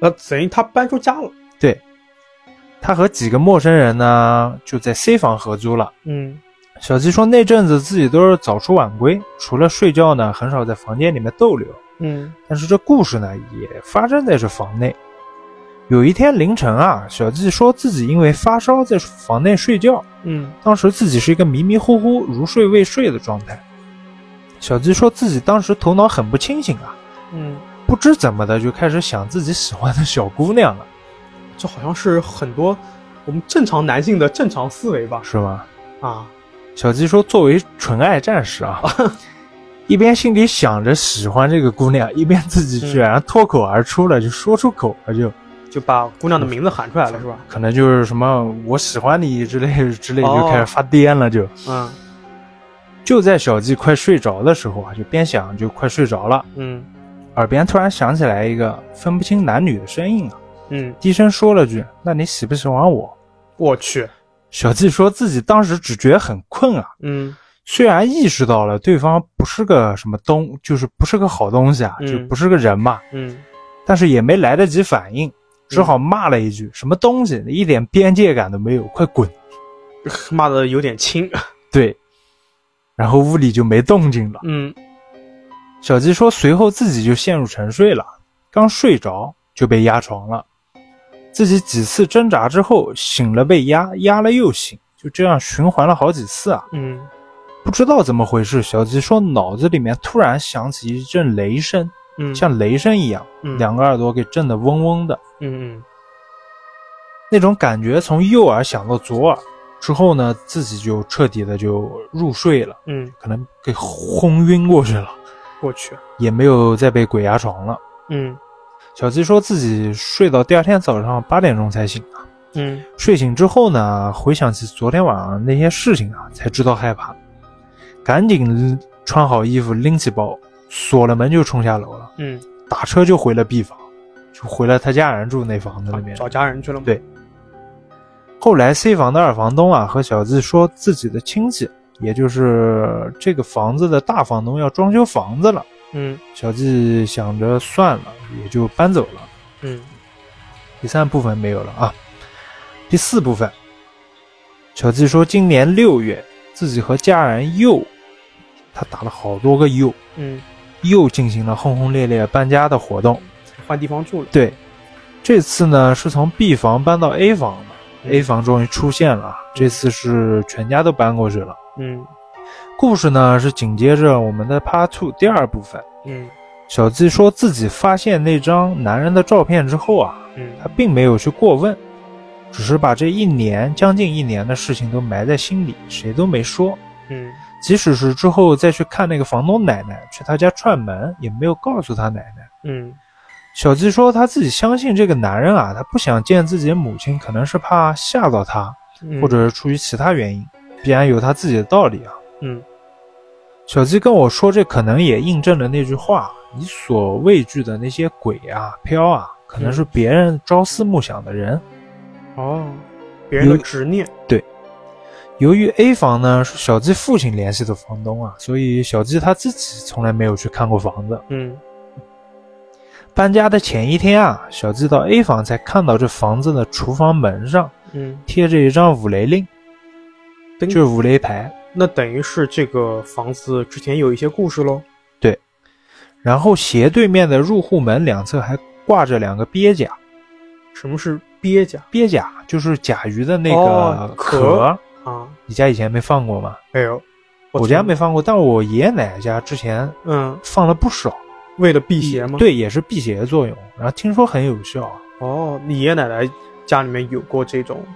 那等于他搬出家了。对，他和几个陌生人呢就在 C 房合租了。嗯小吉说那阵子自己都是早出晚归，除了睡觉呢，很少在房间里面逗留。嗯但是这故事呢，也发生在这房内。有一天凌晨啊，小季说自己因为发烧在房内睡觉，嗯当时自己是一个迷迷糊糊、如睡未睡的状态。小季说自己当时头脑很不清醒啊，嗯，不知怎么的就开始想自己喜欢的小姑娘了，这好像是很多我们正常男性的正常思维吧？是吗？啊，小鸡说：“作为纯爱战士啊，一边心里想着喜欢这个姑娘，一边自己居然脱口而出了，就说出口了，就就把姑娘的名字喊出来了，是吧？可能就是什么‘我喜欢你’之类之类，哦就开始发癫了就。嗯就在小鸡快睡着的时候啊，就边想就快睡着了，嗯耳边突然响起来一个分不清男女的声音啊，嗯，低声说了句：‘那你喜不喜欢我我去，？’小鸡说自己当时只觉得很困啊，嗯虽然意识到了对方不是个什么东，就是不是个好东西啊，嗯就不是个人嘛，嗯 但是也没来得及反应，只好骂了一句、什么东西，一点边界感都没有，快滚！骂的有点轻，对，然后屋里就没动静了。嗯小鸡说，随后自己就陷入沉睡了，刚睡着就被压床了，自己几次挣扎之后醒了被压，压了又醒，就这样循环了好几次啊。嗯不知道怎么回事，小鸡说脑子里面突然响起一阵雷声，嗯，像雷声一样，嗯两个耳朵给震得嗡嗡的，嗯嗯那种感觉从右耳响到左耳。之后呢，自己就彻底的就入睡了，嗯，可能给轰晕过去了，我去，也没有再被鬼压床了。嗯小鸡说自己睡到第二天早上八点钟才醒啊。嗯睡醒之后呢，回想起昨天晚上那些事情啊，才知道害怕，赶紧穿好衣服，拎起包，锁了门就冲下楼了，嗯，打车就回了 B 房，就回了他家人住那房子里面。找家人去了吗？对后来 C 房的二房东啊和小季说自己的亲戚，也就是这个房子的大房东要装修房子了，嗯小季想着算了，也就搬走了。嗯第三部分没有了啊。第四部分，小季说今年六月自己和家人又，他打了好多个又，嗯，又进行了轰轰烈烈搬家的活动。换地方住了，对，这次呢是从 B 房搬到 A 房的嗯，A 房终于出现了啊，这次是全家都搬过去了。嗯故事呢是紧接着我们的 Part Two 第二部分。嗯小季说自己发现那张男人的照片之后啊，他嗯并没有去过问，只是把这一年将近一年的事情都埋在心里，谁都没说。嗯即使是之后再去看那个房东奶奶，去他家串门，也没有告诉他奶奶。嗯小季说他自己相信这个男人啊，他不想见自己的母亲，可能是怕吓到他，嗯，或者是出于其他原因，必然有他自己的道理啊。嗯小鸡跟我说，这可能也印证了那句话：你所畏惧的那些鬼啊、飘啊，可能是别人朝思暮想的人。哦，别人的有执念，由于 A 房呢是小鸡父亲联系的房东啊，所以小鸡他自己从来没有去看过房子。嗯搬家的前一天啊，小鸡到 A 房才看到这房子的厨房门上嗯，贴着一张五雷令，等就是五雷牌。那等于是这个房子之前有一些故事喽，然后斜对面的入户门两侧还挂着两个鳖甲，什么是鳖甲鳖甲就是甲鱼的那哦个壳啊？你家以前没放过吗？哎呦，我家没放过，但我爷爷奶奶家之前从，嗯，放了不少，为了辟邪吗？，对，也是辟邪作用。然后听说很有效，啊哦，你爷爷奶奶家里面有过这种，嗯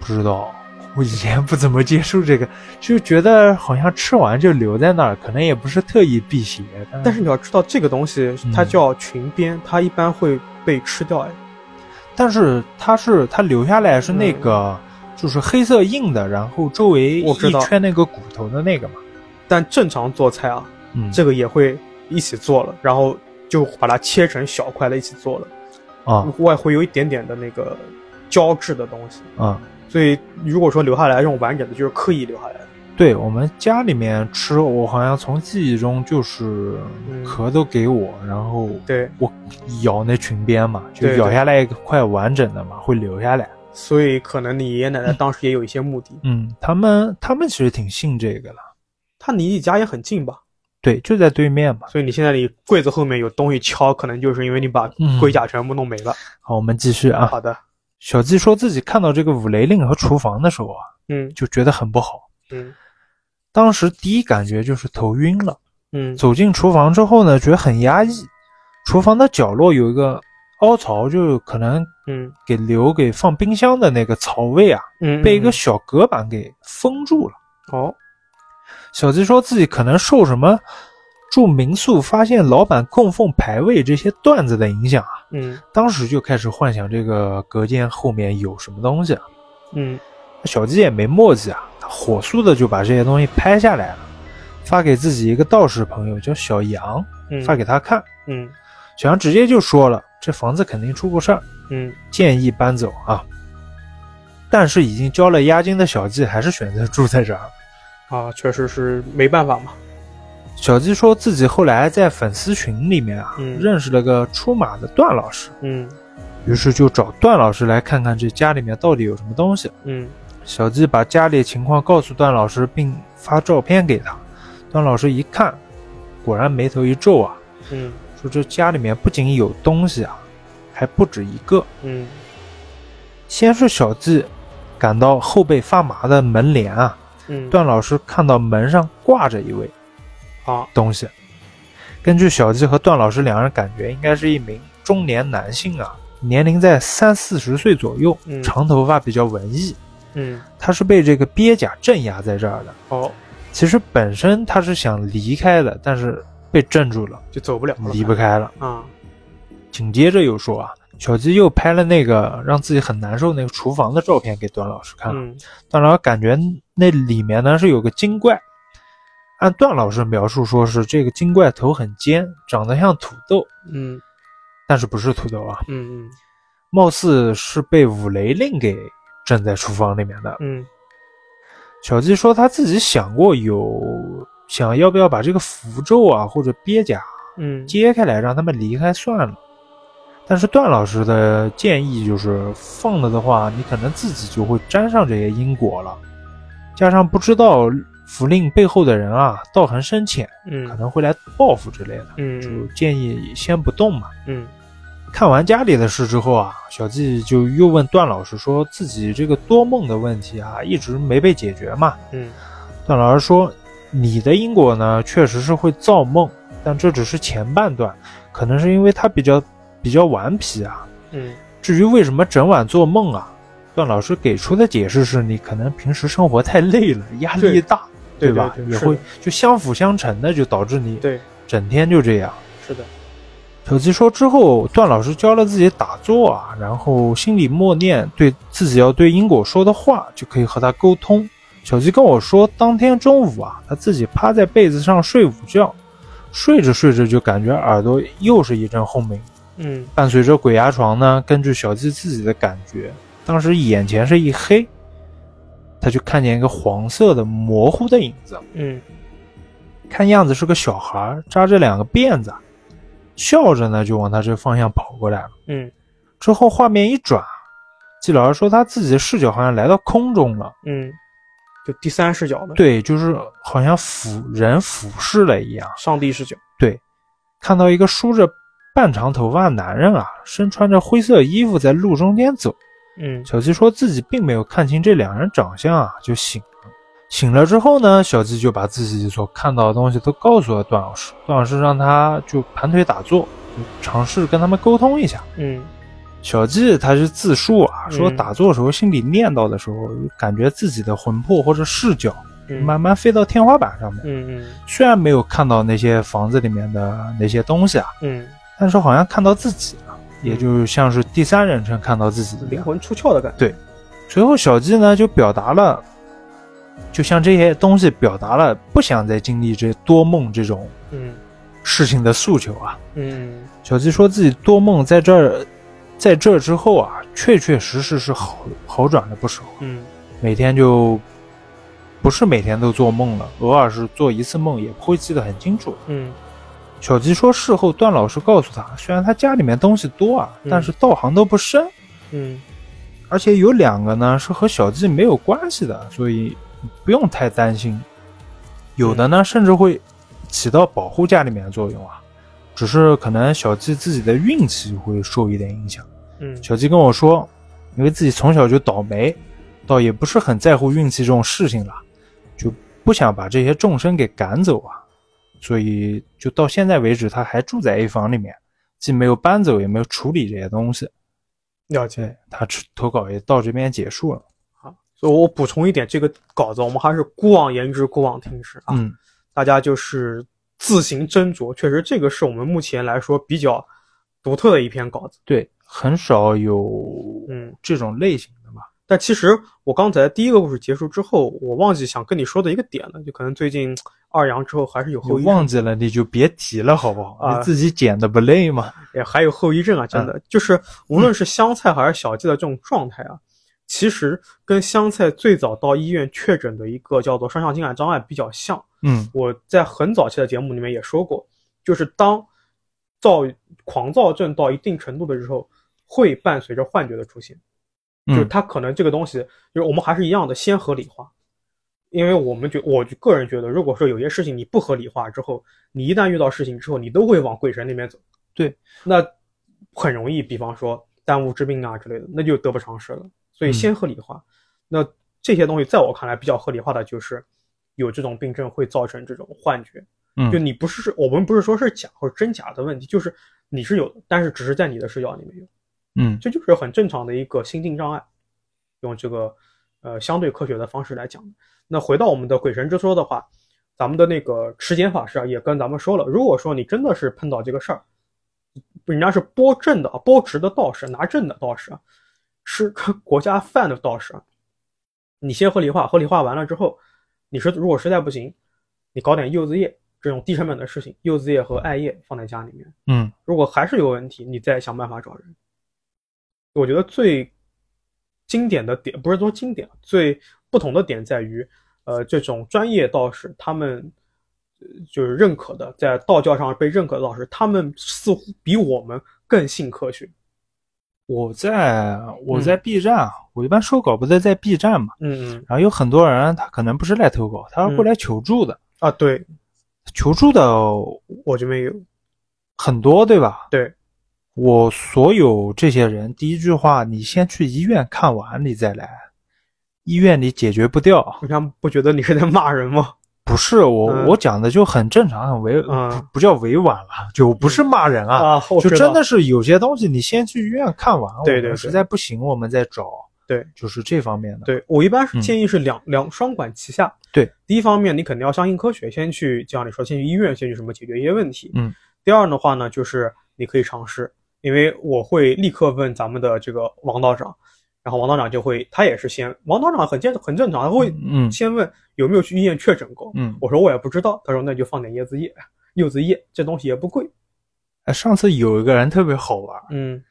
不知道， 我以前不怎么接触这个，就觉得好像吃完就留在那儿，可能也不是特意辟邪，但是你要知道这个东西嗯它叫裙边，它一般会被吃掉，哎，但是它是它留下来是那个、就是黑色印的，然后周围嗯我知一道圈那个骨头的那个嘛，但正常做菜啊，嗯，这个也会一起做了，然后就把它切成小块的一起做了，啊外会有一点点的那个胶质的东西，啊。所以如果说留下来这种完整的，就是刻意留下来的。对我们家里面吃，我好像从记忆中就是嗯壳都给我，然后对我咬那裙边嘛，就对对咬下来一块完整的嘛，会留下来。所以可能你爷爷奶奶当时也有一些目的。嗯，他们他们其实挺信这个了，他离你家也很近吧？对，就在对面嘛。所以你现在你柜子后面有东西敲，可能就是因为你把嗯龟甲全部弄没了。好，我们继续啊。好的，小季说自己看到这个五雷令和厨房的时候啊，嗯就觉得很不好。嗯当时第一感觉就是头晕了。嗯走进厨房之后呢，觉得很压抑。厨房的角落有一个凹槽，就可能嗯给留给放冰箱的那个槽位啊，嗯，被一个嗯小隔板给封住了。哦，小鸡说自己可能受什么住民宿发现老板供奉牌位这些段子的影响啊，嗯当时就开始幻想这个隔间后面有什么东西啊。嗯小鸡也没墨迹啊，他火速的就把这些东西拍下来了，发给自己一个道士朋友叫小杨，嗯，发给他看。嗯小杨直接就说了，这房子肯定出过事儿，嗯建议搬走啊。但是已经交了押金的小季还是选择住在这儿。啊，确实是没办法嘛。小季说自己后来在粉丝群里面啊，嗯认识了个出马的段老师，嗯于是就找段老师来看看这家里面到底有什么东西。嗯小季把家里情况告诉段老师，并发照片给他。段老师一看，果然眉头一皱啊，嗯说这家里面不仅有东西啊，还不止一个。嗯先是小季感到后背发麻的门帘啊，嗯，段老师看到门上挂着一位啊，东西。根据小季和段老师两人感觉，应该是一名中年男性啊，年龄在三四十岁左右，嗯长头发，比较文艺。嗯他是被这个鳖甲镇压在这儿的。哦，其实本身他是想离开的，但是被镇住了，就走不了了，离不开了。啊，紧接着又说啊，小鸡又拍了那个让自己很难受那个厨房的照片给段老师看了。嗯段老师感觉那里面呢是有个精怪，按段老师描述说是这个精怪头很尖，长得像土豆，嗯但是不是土豆啊，嗯貌似是被五雷令给镇在厨房里面的。嗯小鸡说他自己想过有想要不要把这个符咒啊或者鳖甲嗯揭开来让他们离开算了。但是段老师的建议就是放了的话，你可能自己就会沾上这些因果了。加上不知道符令背后的人啊，道行深浅，嗯可能会来报复之类的，就嗯建议先不动嘛。嗯看完家里的事之后啊，小季就又问段老师说自己这个多梦的问题啊，一直没被解决嘛。嗯段老师说，你的因果呢，确实是会造梦，但这只是前半段，可能是因为他比较比较顽皮啊。嗯至于为什么整晚做梦啊，段老师给出的解释是你可能平时生活太累了，压力对大，对吧？对对也是的会就相辅相成的，就导致你对，整天就这样。是的，小吉说之后，段老师教了自己打坐啊，然后心里默念对自己要对因果说的话，就可以和他沟通。小吉跟我说，当天中午啊，他自己趴在被子上睡午觉，睡着睡着就感觉耳朵又是一阵轰鸣，嗯伴随着鬼压床呢。根据小吉自己的感觉，当时眼前是一黑，他就看见一个黄色的模糊的影子，嗯看样子是个小孩儿，扎着两个辫子，笑着呢就往他这方向跑过来了。嗯之后画面一转，季老师说他自己的视角好像来到空中了，嗯，就第三视角了，对，就是好像俯人俯视了一样，上帝视角，对，看到一个梳着半长头发的男人啊，身穿着灰色衣服在路中间走。嗯小鸡说自己并没有看清这两人长相啊，就醒了。醒了之后呢，小鸡就把自己所看到的东西都告诉了段老师，段老师让他就盘腿打坐，就尝试跟他们沟通一下。嗯小季他是自述啊，嗯说打坐时候心里念叨的时候，感觉自己的魂魄或者视角嗯慢慢飞到天花板上面。嗯嗯虽然没有看到那些房子里面的那些东西啊，嗯，但是好像看到自己了，嗯也就像是第三人称看到自己的灵样子。魂出窍的感觉，随后小季呢就表达了，就像这些东西表达了不想再经历这多梦这种嗯事情的诉求啊。嗯小鸡说自己多梦在这儿，在这之后啊，确确实实是好好转了不少，嗯每天就不是每天都做梦了，偶尔是做一次梦，也不会记得很清楚。嗯小鸡说事后段老师告诉他，虽然他家里面东西多啊，嗯但是道行都不深，嗯而且有两个呢是和小鸡没有关系的，所以不用太担心。有的呢，甚至会起到保护家里面的作用啊，只是可能小鸡自己的运气会受一点影响。嗯小鸡跟我说，因为自己从小就倒霉，倒也不是很在乎运气这种事情了，就不想把这些众生给赶走啊，所以就到现在为止，他还住在 A 房里面，既没有搬走，也没有处理这些东西。了解。对他吃投稿也到这边结束了。所以我补充一点，这个稿子我们还是姑妄言之，姑妄听之啊，嗯，大家就是自行斟酌。确实，这个是我们目前来说比较独特的一篇稿子。对，很少有嗯，这种类型的吧？但其实我刚才第一个故事结束之后，我忘记想跟你说的一个点了，就可能最近二阳之后还是有你后遗症，忘记了你就别提了，好不好？啊你自己剪的不累吗？也还有后遗症啊，嗯真的、就是无论是香菜还是小鸡的这种状态啊，其实跟香菜最早到医院确诊的一个叫做双向情感障碍比较像。嗯我在很早期的节目里面也说过，就是当躁狂躁症到一定程度的时候，会伴随着幻觉的出现，就是嗯它可能这个东西，就是我们还是一样的先合理化，因为我们觉我个人觉得，如果说有些事情你不合理化之后，你一旦遇到事情之后，你都会往鬼神那边走，对，那很容易，比方说耽误治病啊之类的，那就得不偿失了。所以嗯先合理化，那这些东西在我看来比较合理化的就是。有这种病症会造成这种幻觉，嗯，就你不是我们不是说是假或者真假的问题，就是你是有的，但是只是在你的视角里面有，嗯这就是很正常的一个心境障碍。用这个呃相对科学的方式来讲，那回到我们的鬼神之说的话，咱们的那个持检法师啊也跟咱们说了，如果说你真的是碰到这个事儿，人家是拨正的啊，拨直的道士，拿正的道士啊，是 国家范的道士啊，你先合理化，合理化完了之后，你是如果实在不行，你搞点柚子叶这种低成本的事情，柚子叶和艾叶放在家里面，嗯如果还是有问题，你再想办法找人。我觉得最经典的点，不是说经典，最不同的点在于，呃，这种专业道士他们呃就是认可的，在道教上被认可的道士，他们似乎比我们更信科学。我在我在 B 站啊，我一般收稿不是在 B 站嘛，嗯嗯然后有很多人他可能不是来投稿，他是过来求助的，啊，对求助的我这边有，很多，对吧？对，我所有这些人，第一句话，你先去医院看完，你再来。医院里解决不掉，你看不觉得你是在骂人吗？ 不是我、嗯我讲的就很正常，很委、嗯不叫委婉了， 就不是骂人啊，啊，我就知真道的是有些东西你先去医院看完，对我对们对实在不行我们再找，对，就是这方面的，对我一般是嗯建议是两、两双管齐下。对，第一方面你肯定要相信科学，先去就像你说，先去医院，先去什么解决一些问题。嗯。第二的话呢，就是你可以尝试，因为我会立刻问咱们的这个王道长，然后王道长就会，他也是先，王道长很正很正常，他会嗯先问有没有去医院确诊过。嗯，我说我也不知道，他说那就放点椰子叶， 柚子叶这东西也不贵。哎，上次有一个人特别好玩，嗯，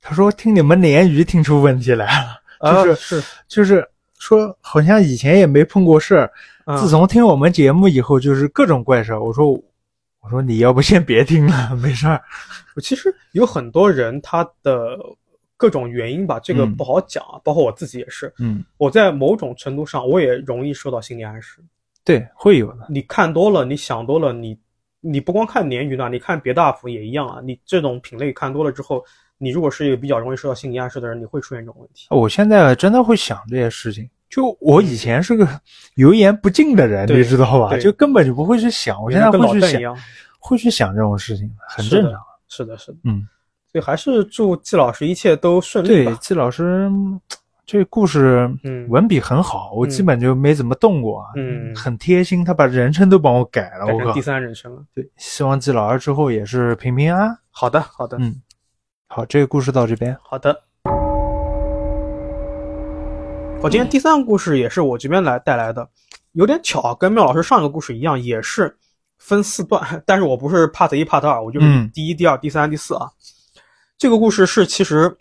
他说听你们鲶鱼听出问题来了， 就是、啊是，就是说好像以前也没碰过事儿，嗯自从听我们节目以后就是各种怪事儿。我说我说你要不先别听了， 没事儿。其实有很多人他的各种原因吧，这个嗯不好讲啊，包括我自己也是。嗯，我在某种程度上，我也容易受到心理暗示。对，会有的。你看多了，你想多了，你你不光看鲶鱼呢，你看别的 UP 也一样啊。你这种品类看多了之后，你如果是一个比较容易受到心理暗示的人，你会出现这种问题。我现在真的会想这些事情。就我以前是个油盐不进的人，对你知道吧？对就根本就不会去想。我现在跟老会去邓一想，样，会去想这种事情，很是的正常。是的，是的。嗯，所以还是祝季老师一切都顺利对，吧。季老师嗯这故事嗯文笔很好，我嗯基本就没怎么动过啊，嗯很贴心，他把人称都帮我改了，改我成靠第，三人称啊了。对，希望季老师之后也是平平安安。好的，好的，嗯，好，这个故事到这边，好的。我今天第三个故事也是我这边来带来的，有点巧啊，跟妙老师上一个故事一样，也是分四段， 但是我不是 part 一 part 二，我就是嗯第一、第二、第三、第四啊。这个故事是其实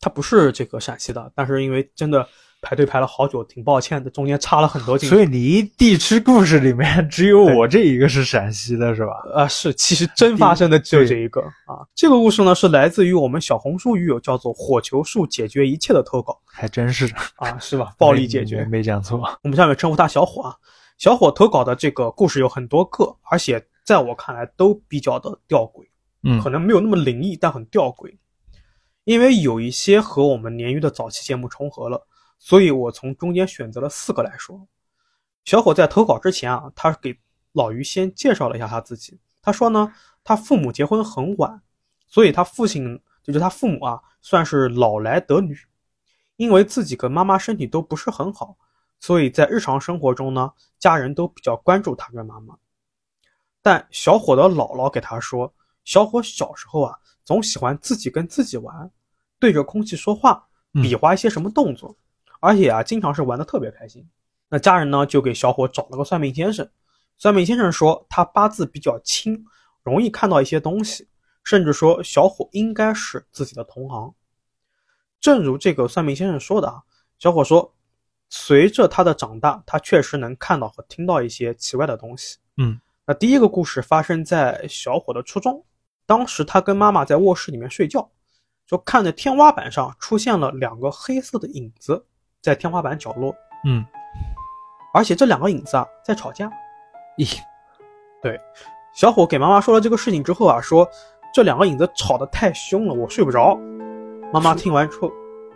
它不是这个陕西的，但是因为真的排队排了好久，挺抱歉的，中间插了很多进去。所以你一地区故事里面只有我这一个是陕西的，是吧？啊，是，其实真发生的只有这一个啊。这个故事呢，是来自于我们小红书鱼友叫做“火球术解决一切”的投稿还真是啊，是吧？暴力解决，没没讲错。我们下面称呼他小伙啊。小伙投稿的这个故事有很多个，而且在我看来都比较的吊诡，嗯可能没有那么灵异，但很吊诡。因为有一些和我们鲶鱼的早期节目重合了，所以我从中间选择了四个来说。小伙在投稿之前啊，他给老于先介绍了一下他自己。他说呢，他父母结婚很晚，所以他父亲就是他父母啊，算是老来得女。因为自己跟妈妈身体都不是很好，所以在日常生活中呢，家人都比较关注他跟妈妈。但小伙的姥姥给他说，小伙小时候啊，总喜欢自己跟自己玩，对着空气说话，嗯比划一些什么动作，而且啊，经常是玩的特别开心。那家人呢，就给小伙找了个算命先生。算命先生说他八字比较轻，容易看到一些东西，甚至说小伙应该是自己的同行。正如这个算命先生说的啊，小伙说，随着他的长大，他确实能看到和听到一些奇怪的东西。嗯，那第一个故事发生在小伙的初中，当时他跟妈妈在卧室里面睡觉，就看着天花板上出现了两个黑色的影子，在天花板角落，嗯，而且这两个影子啊在吵架。咦，小伙给妈妈说了这个事情之后啊，说这两个影子吵得太凶了，我睡不着。妈妈听完之后，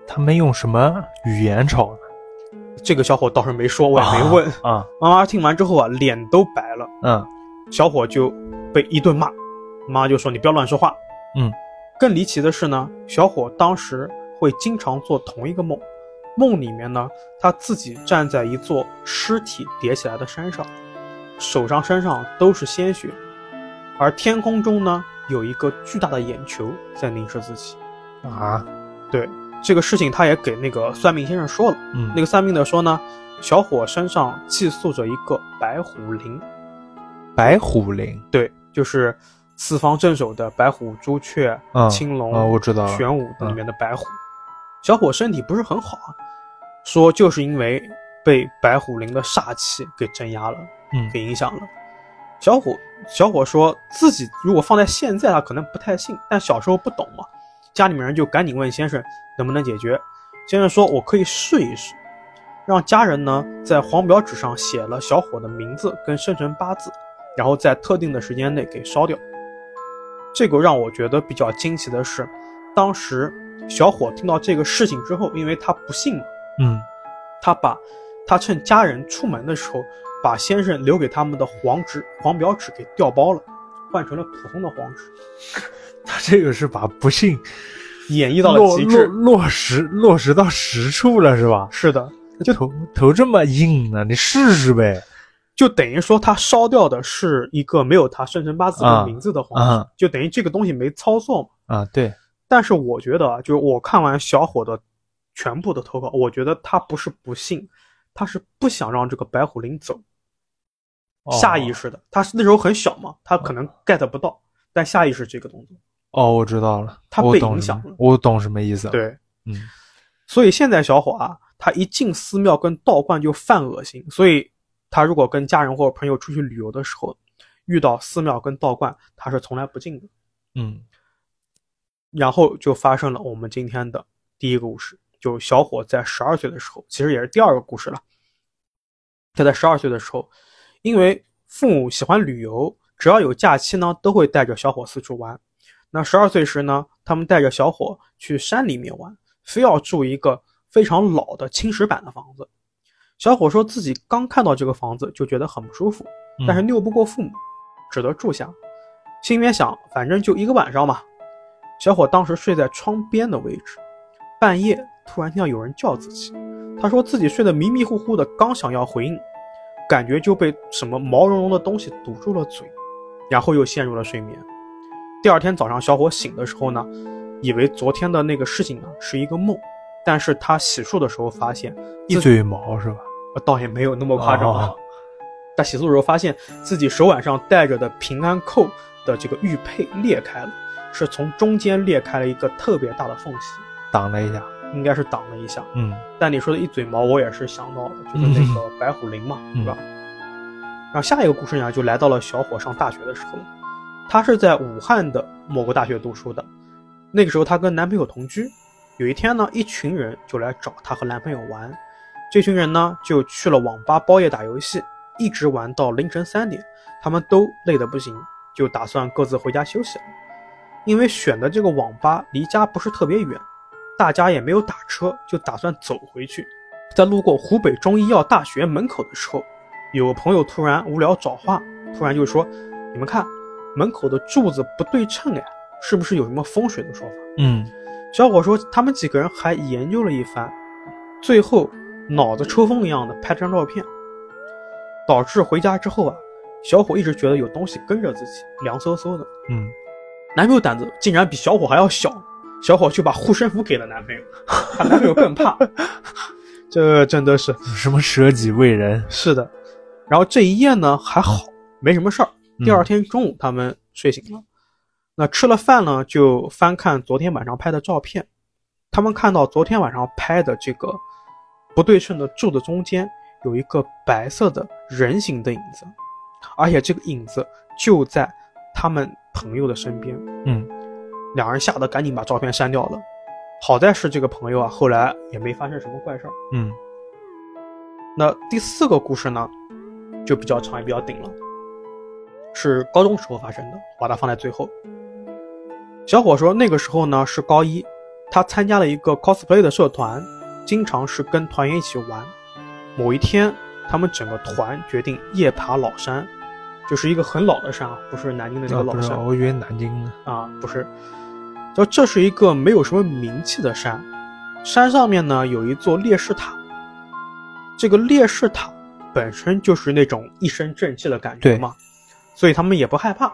他们用什么语言吵呢？这个小伙倒是没说，我也没问。啊，妈妈听完之后啊，脸都白了。嗯小伙就被一顿骂，妈就说你不要乱说话。嗯，更离奇的是呢，小伙当时会经常做同一个梦，梦里面呢，他自己站在一座尸体叠起来的山上，手上身上都是鲜血，而天空中呢有一个巨大的眼球在凝视自己。啊，对这个事情，他也给那个算命先生说了。嗯，那个算命的说呢，小伙身上寄宿着一个白虎灵。白虎灵对，就是四方镇守的白虎、朱雀、嗯青龙、啊，我知道了。玄武里面的白虎。小伙身体不是很好啊，说就是因为被白虎灵的煞气给镇压了，嗯给影响了。小伙小伙说自己如果放在现在，他可能不太信，但小时候不懂嘛，家里面人就赶紧问先生能不能解决。先生说我可以试一试，让家人呢在黄表纸上写了小伙的名字跟生辰八字，然后在特定的时间内给烧掉。这个让我觉得比较惊奇的是，当时小伙听到这个事情之后，因为他不信嘛，嗯他把他趁家人出门的时候，把先生留给他们的黄纸、黄表纸给调包了，换成了普通的黄纸， 他这个是把不幸演绎到了落极落致。落实落实到实处了，是吧？是的，这头头这么硬呢，你试试呗。就等于说他烧掉的是一个没有他生辰八字啊和名字的黄纸，啊就等于这个东西没操作嘛。啊，对，但是我觉得啊，就是我看完小伙的全部的投稿，我觉得他不是不信，他是不想让这个白虎灵走。哦下意识的，他是那时候很小嘛，他可能 get 不到，但下意识这个动作，哦，我知道了，他我被懂影什么响了我懂什么意思了。，对，嗯，所以现在小伙啊，他一进寺庙跟道观就犯恶心，所以他如果跟家人或者朋友出去旅游的时候，遇到寺庙跟道观，他是从来不进的。嗯然后就发生了我们今天的第一个故事，就是小伙在十二岁的时候，其实也是第二个故事了。他在十二岁的时候，因为父母喜欢旅游，只要有假期呢，都会带着小伙四处玩。那十二岁时呢，他们带着小伙去山里面玩，非要住一个非常老的青石板的房子。小伙说自己刚看到这个房子就觉得很不舒服，嗯但是拗不过父母，只得住下。心里面想，反正就一个晚上嘛。小伙当时睡在窗边的位置，半夜突然听到有人叫自己，他说自己睡得迷迷糊糊的，刚想要回应，感觉就被什么毛茸茸的东西堵住了嘴，然后又陷入了睡眠。第二天早上，小伙醒的时候呢，以为昨天的那个事情呢是一个梦，但是他洗漱的时候发现一嘴毛是吧？呃倒也没有那么夸张啊哦。他洗漱的时候发现自己手腕上戴着的平安扣的这个玉佩裂开了，是从中间裂开了一个特别大的缝隙。挡了一下，应该是挡了一下。嗯但你说的一嘴毛，我也是想到的，就是那个白虎林嘛，嗯对吧？然后下一个故事呢，就来到了小伙上大学的时候，她是在武汉的某个大学读书的。那个时候她跟男朋友同居，有一天呢，一群人就来找她和男朋友玩。这群人呢，就去了网吧包夜打游戏，一直玩到凌晨三点，他们都累得不行，就打算各自回家休息了。因为选的这个网吧离家不是特别远，大家也没有打车，就打算走回去。在路过湖北中医药大学门口的时候，有个朋友突然无聊找话，突然就说：“你们看，门口的柱子不对称哎，是不是有什么风水的说法嗯？”小伙说，他们几个人还研究了一番，最后脑子抽风一样的拍了张照片，导致回家之后啊，小伙一直觉得有东西跟着自己，凉飕飕的。嗯，男朋友胆子竟然比小伙还要小，小伙就把护身符给了男朋友， 他男朋友更怕。 这真的是什么舍己为人？是的。然后这一夜呢还好，没什么事儿。第二天中午他们睡醒了，那吃了饭呢就翻看昨天晚上拍的照片，他们看到昨天晚上拍的这个不对称的柱子中间有一个白色的人形的影子，而且这个影子就在他们朋友的身边。嗯，两人吓得赶紧把照片删掉了。好在是这个朋友啊，后来也没发生什么怪事儿。嗯那第四个故事呢，就比较长也比较顶了，是高中时候发生的，我把它放在最后。小伙说，那个时候呢是高一，他参加了一个 cosplay 的社团，经常是跟团员一起玩。某一天，他们整个团决定夜爬老山，就是一个很老的山，啊，不是南京的那啊个不老是，山。我以为南京呢。啊，不是，就这是一个没有什么名气的山，山上面呢有一座烈士塔，这个烈士塔本身就是那种一身正气的感觉对嘛，所以他们也不害怕。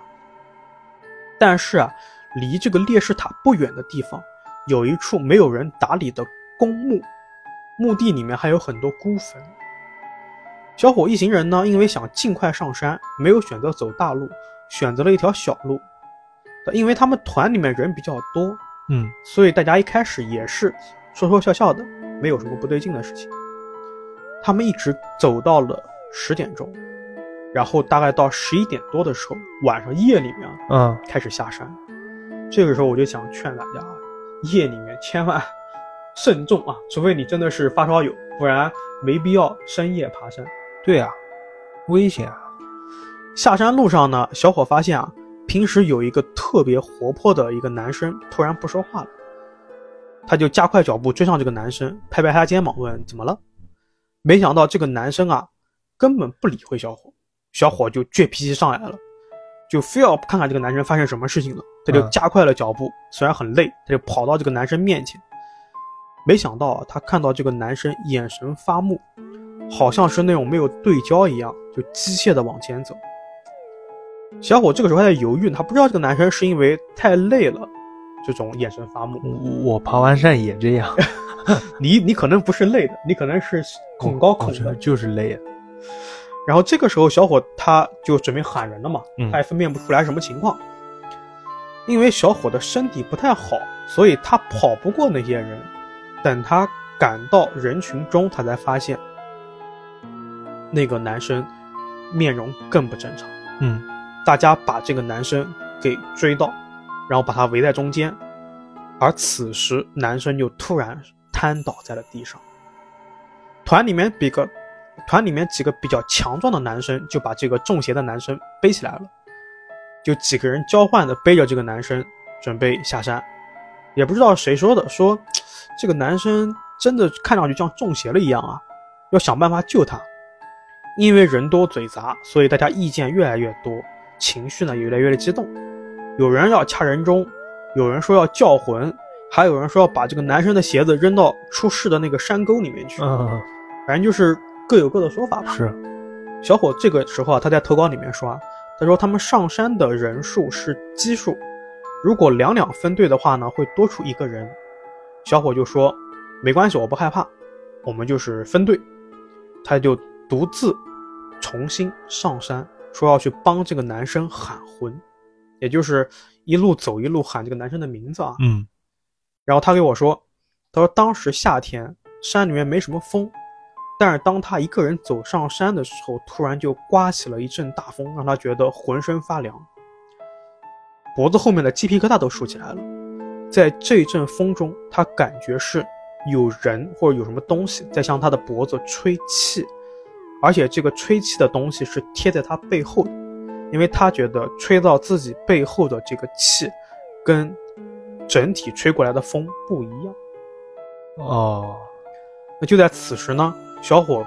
但是啊，离这个烈士塔不远的地方，有一处没有人打理的公墓，墓地里面还有很多孤坟。小伙一行人呢，因为想尽快上山，没有选择走大路，选择了一条小路。因为他们团里面人比较多，嗯所以大家一开始也是说说笑笑的，没有什么不对劲的事情。他们一直走到了十点钟，然后大概到十一点多的时候，晚上夜里面啊嗯开始下山。这个时候我就想劝大家啊，夜里面千万 慎重啊，除非你真的是发烧友，不然没必要深夜爬山。对啊，危险啊。下山路上呢，小伙发现啊，平时有一个特别活泼的一个男生突然不说话了，他就加快脚步追上这个男生，拍拍他肩膀问怎么了。没想到这个男生啊，根本不理会小伙，小伙就倔脾气上来了，就非要看看这个男生发生什么事情了。他就嗯加快了脚步，虽然很累，他就跑到这个男生面前。没想到啊，他看到这个男生眼神发木，好像是那种没有对焦一样，就机械的往前走。小伙这个时候还在犹豫呢，他不知道这个男生是因为太累了，这种眼神发木。我我爬完山也这样，你你可能不是累的，你可能是恐高恐我的。嗯就是累。然后这个时候，小伙他就准备喊人了嘛，嗯他也分辨不出来什么情况，因为小伙的身体不太好，所以他跑不过那些人。等他赶到人群中，他才发现那个男生面容更不正常。嗯大家把这个男生给追到，然后把他围在中间。而此时，男生就突然瘫倒在了地上。团里面比个，团里面几个比较强壮的男生就把这个中邪的男生背起来了，就几个人交换的背着这个男生准备下山。也不知道谁说的，说这个男生真的看上去像中邪了一样啊，要想办法救他。因为人多嘴杂，所以大家意见越来越多，情绪呢也越来越激动。有人要掐人中，有人说要叫魂，还有人说要把这个男生的鞋子扔到出事的那个山沟里面去。嗯，反正就是各有各的说法吧。是，小伙这个时候啊，他在投稿里面说啊，他说他们上山的人数是奇数，如果两两分队的话呢，会多出一个人。小伙就说没关系，我不害怕，我们就是分队。他就独自重新上山，说要去帮这个男生喊魂，也就是一路走一路喊这个男生的名字啊。嗯然后他给我说，他说当时夏天山里面没什么风，但是当他一个人走上山的时候，突然就刮起了一阵大风，让他觉得浑身发凉，脖子后面的鸡皮疙瘩都竖起来了。在这一阵风中，他感觉是有人或者有什么东西在向他的脖子吹气，而且这个吹气的东西是贴在他背后的，因为他觉得吹到自己背后的这个气，跟整体吹过来的风不一样。哦，那就在此时呢，小伙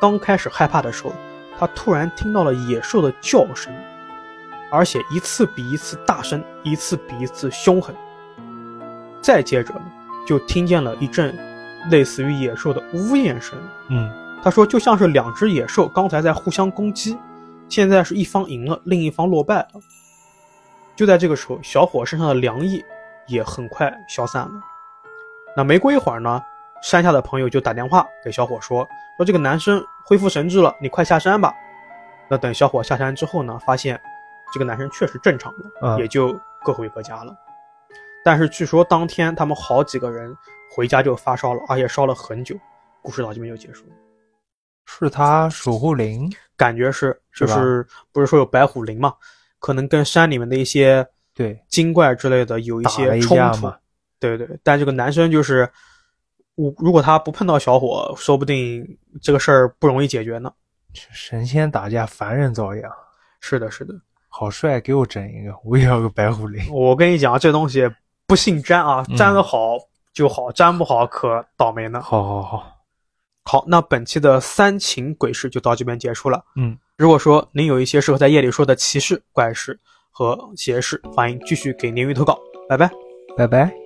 刚开始害怕的时候，他突然听到了野兽的叫声，而且一次比一次大声，一次比一次凶狠。再接着呢，就听见了一阵类似于野兽的呜咽声。嗯，他说，就像是两只野兽刚才在互相攻击，现在是一方赢了，另一方落败了。就在这个时候，小伙身上的凉意也很快消散了。那没过一会儿呢，山下的朋友就打电话给小伙说，说这个男生恢复神智了，你快下山吧。那等小伙下山之后呢，发现这个男生确实正常了，嗯也就各回各家了。但是据说当天他们好几个人回家就发烧了，而且烧了很久。故事到这边就结束了。是他守护灵。感觉是就是吧是不是说有白虎灵嘛，可能跟山里面的一些对，精怪之类的有一打了些一冲架突嘛。对对，但这个男生就是，我如果他不碰到小伙，说不定这个事儿不容易解决呢。神仙打架，凡人遭殃。是的，是的，好帅，给我整一个，我也要个白狐狸。我跟你讲，啊这东西不信占啊，嗯占的好就好，占不好可倒霉呢。好好好，好，那本期的三情鬼事就到这边结束了。嗯，如果说您有一些适合在夜里说的奇事、怪事和邪事，欢迎继续给鲶鱼投稿，拜拜。拜拜。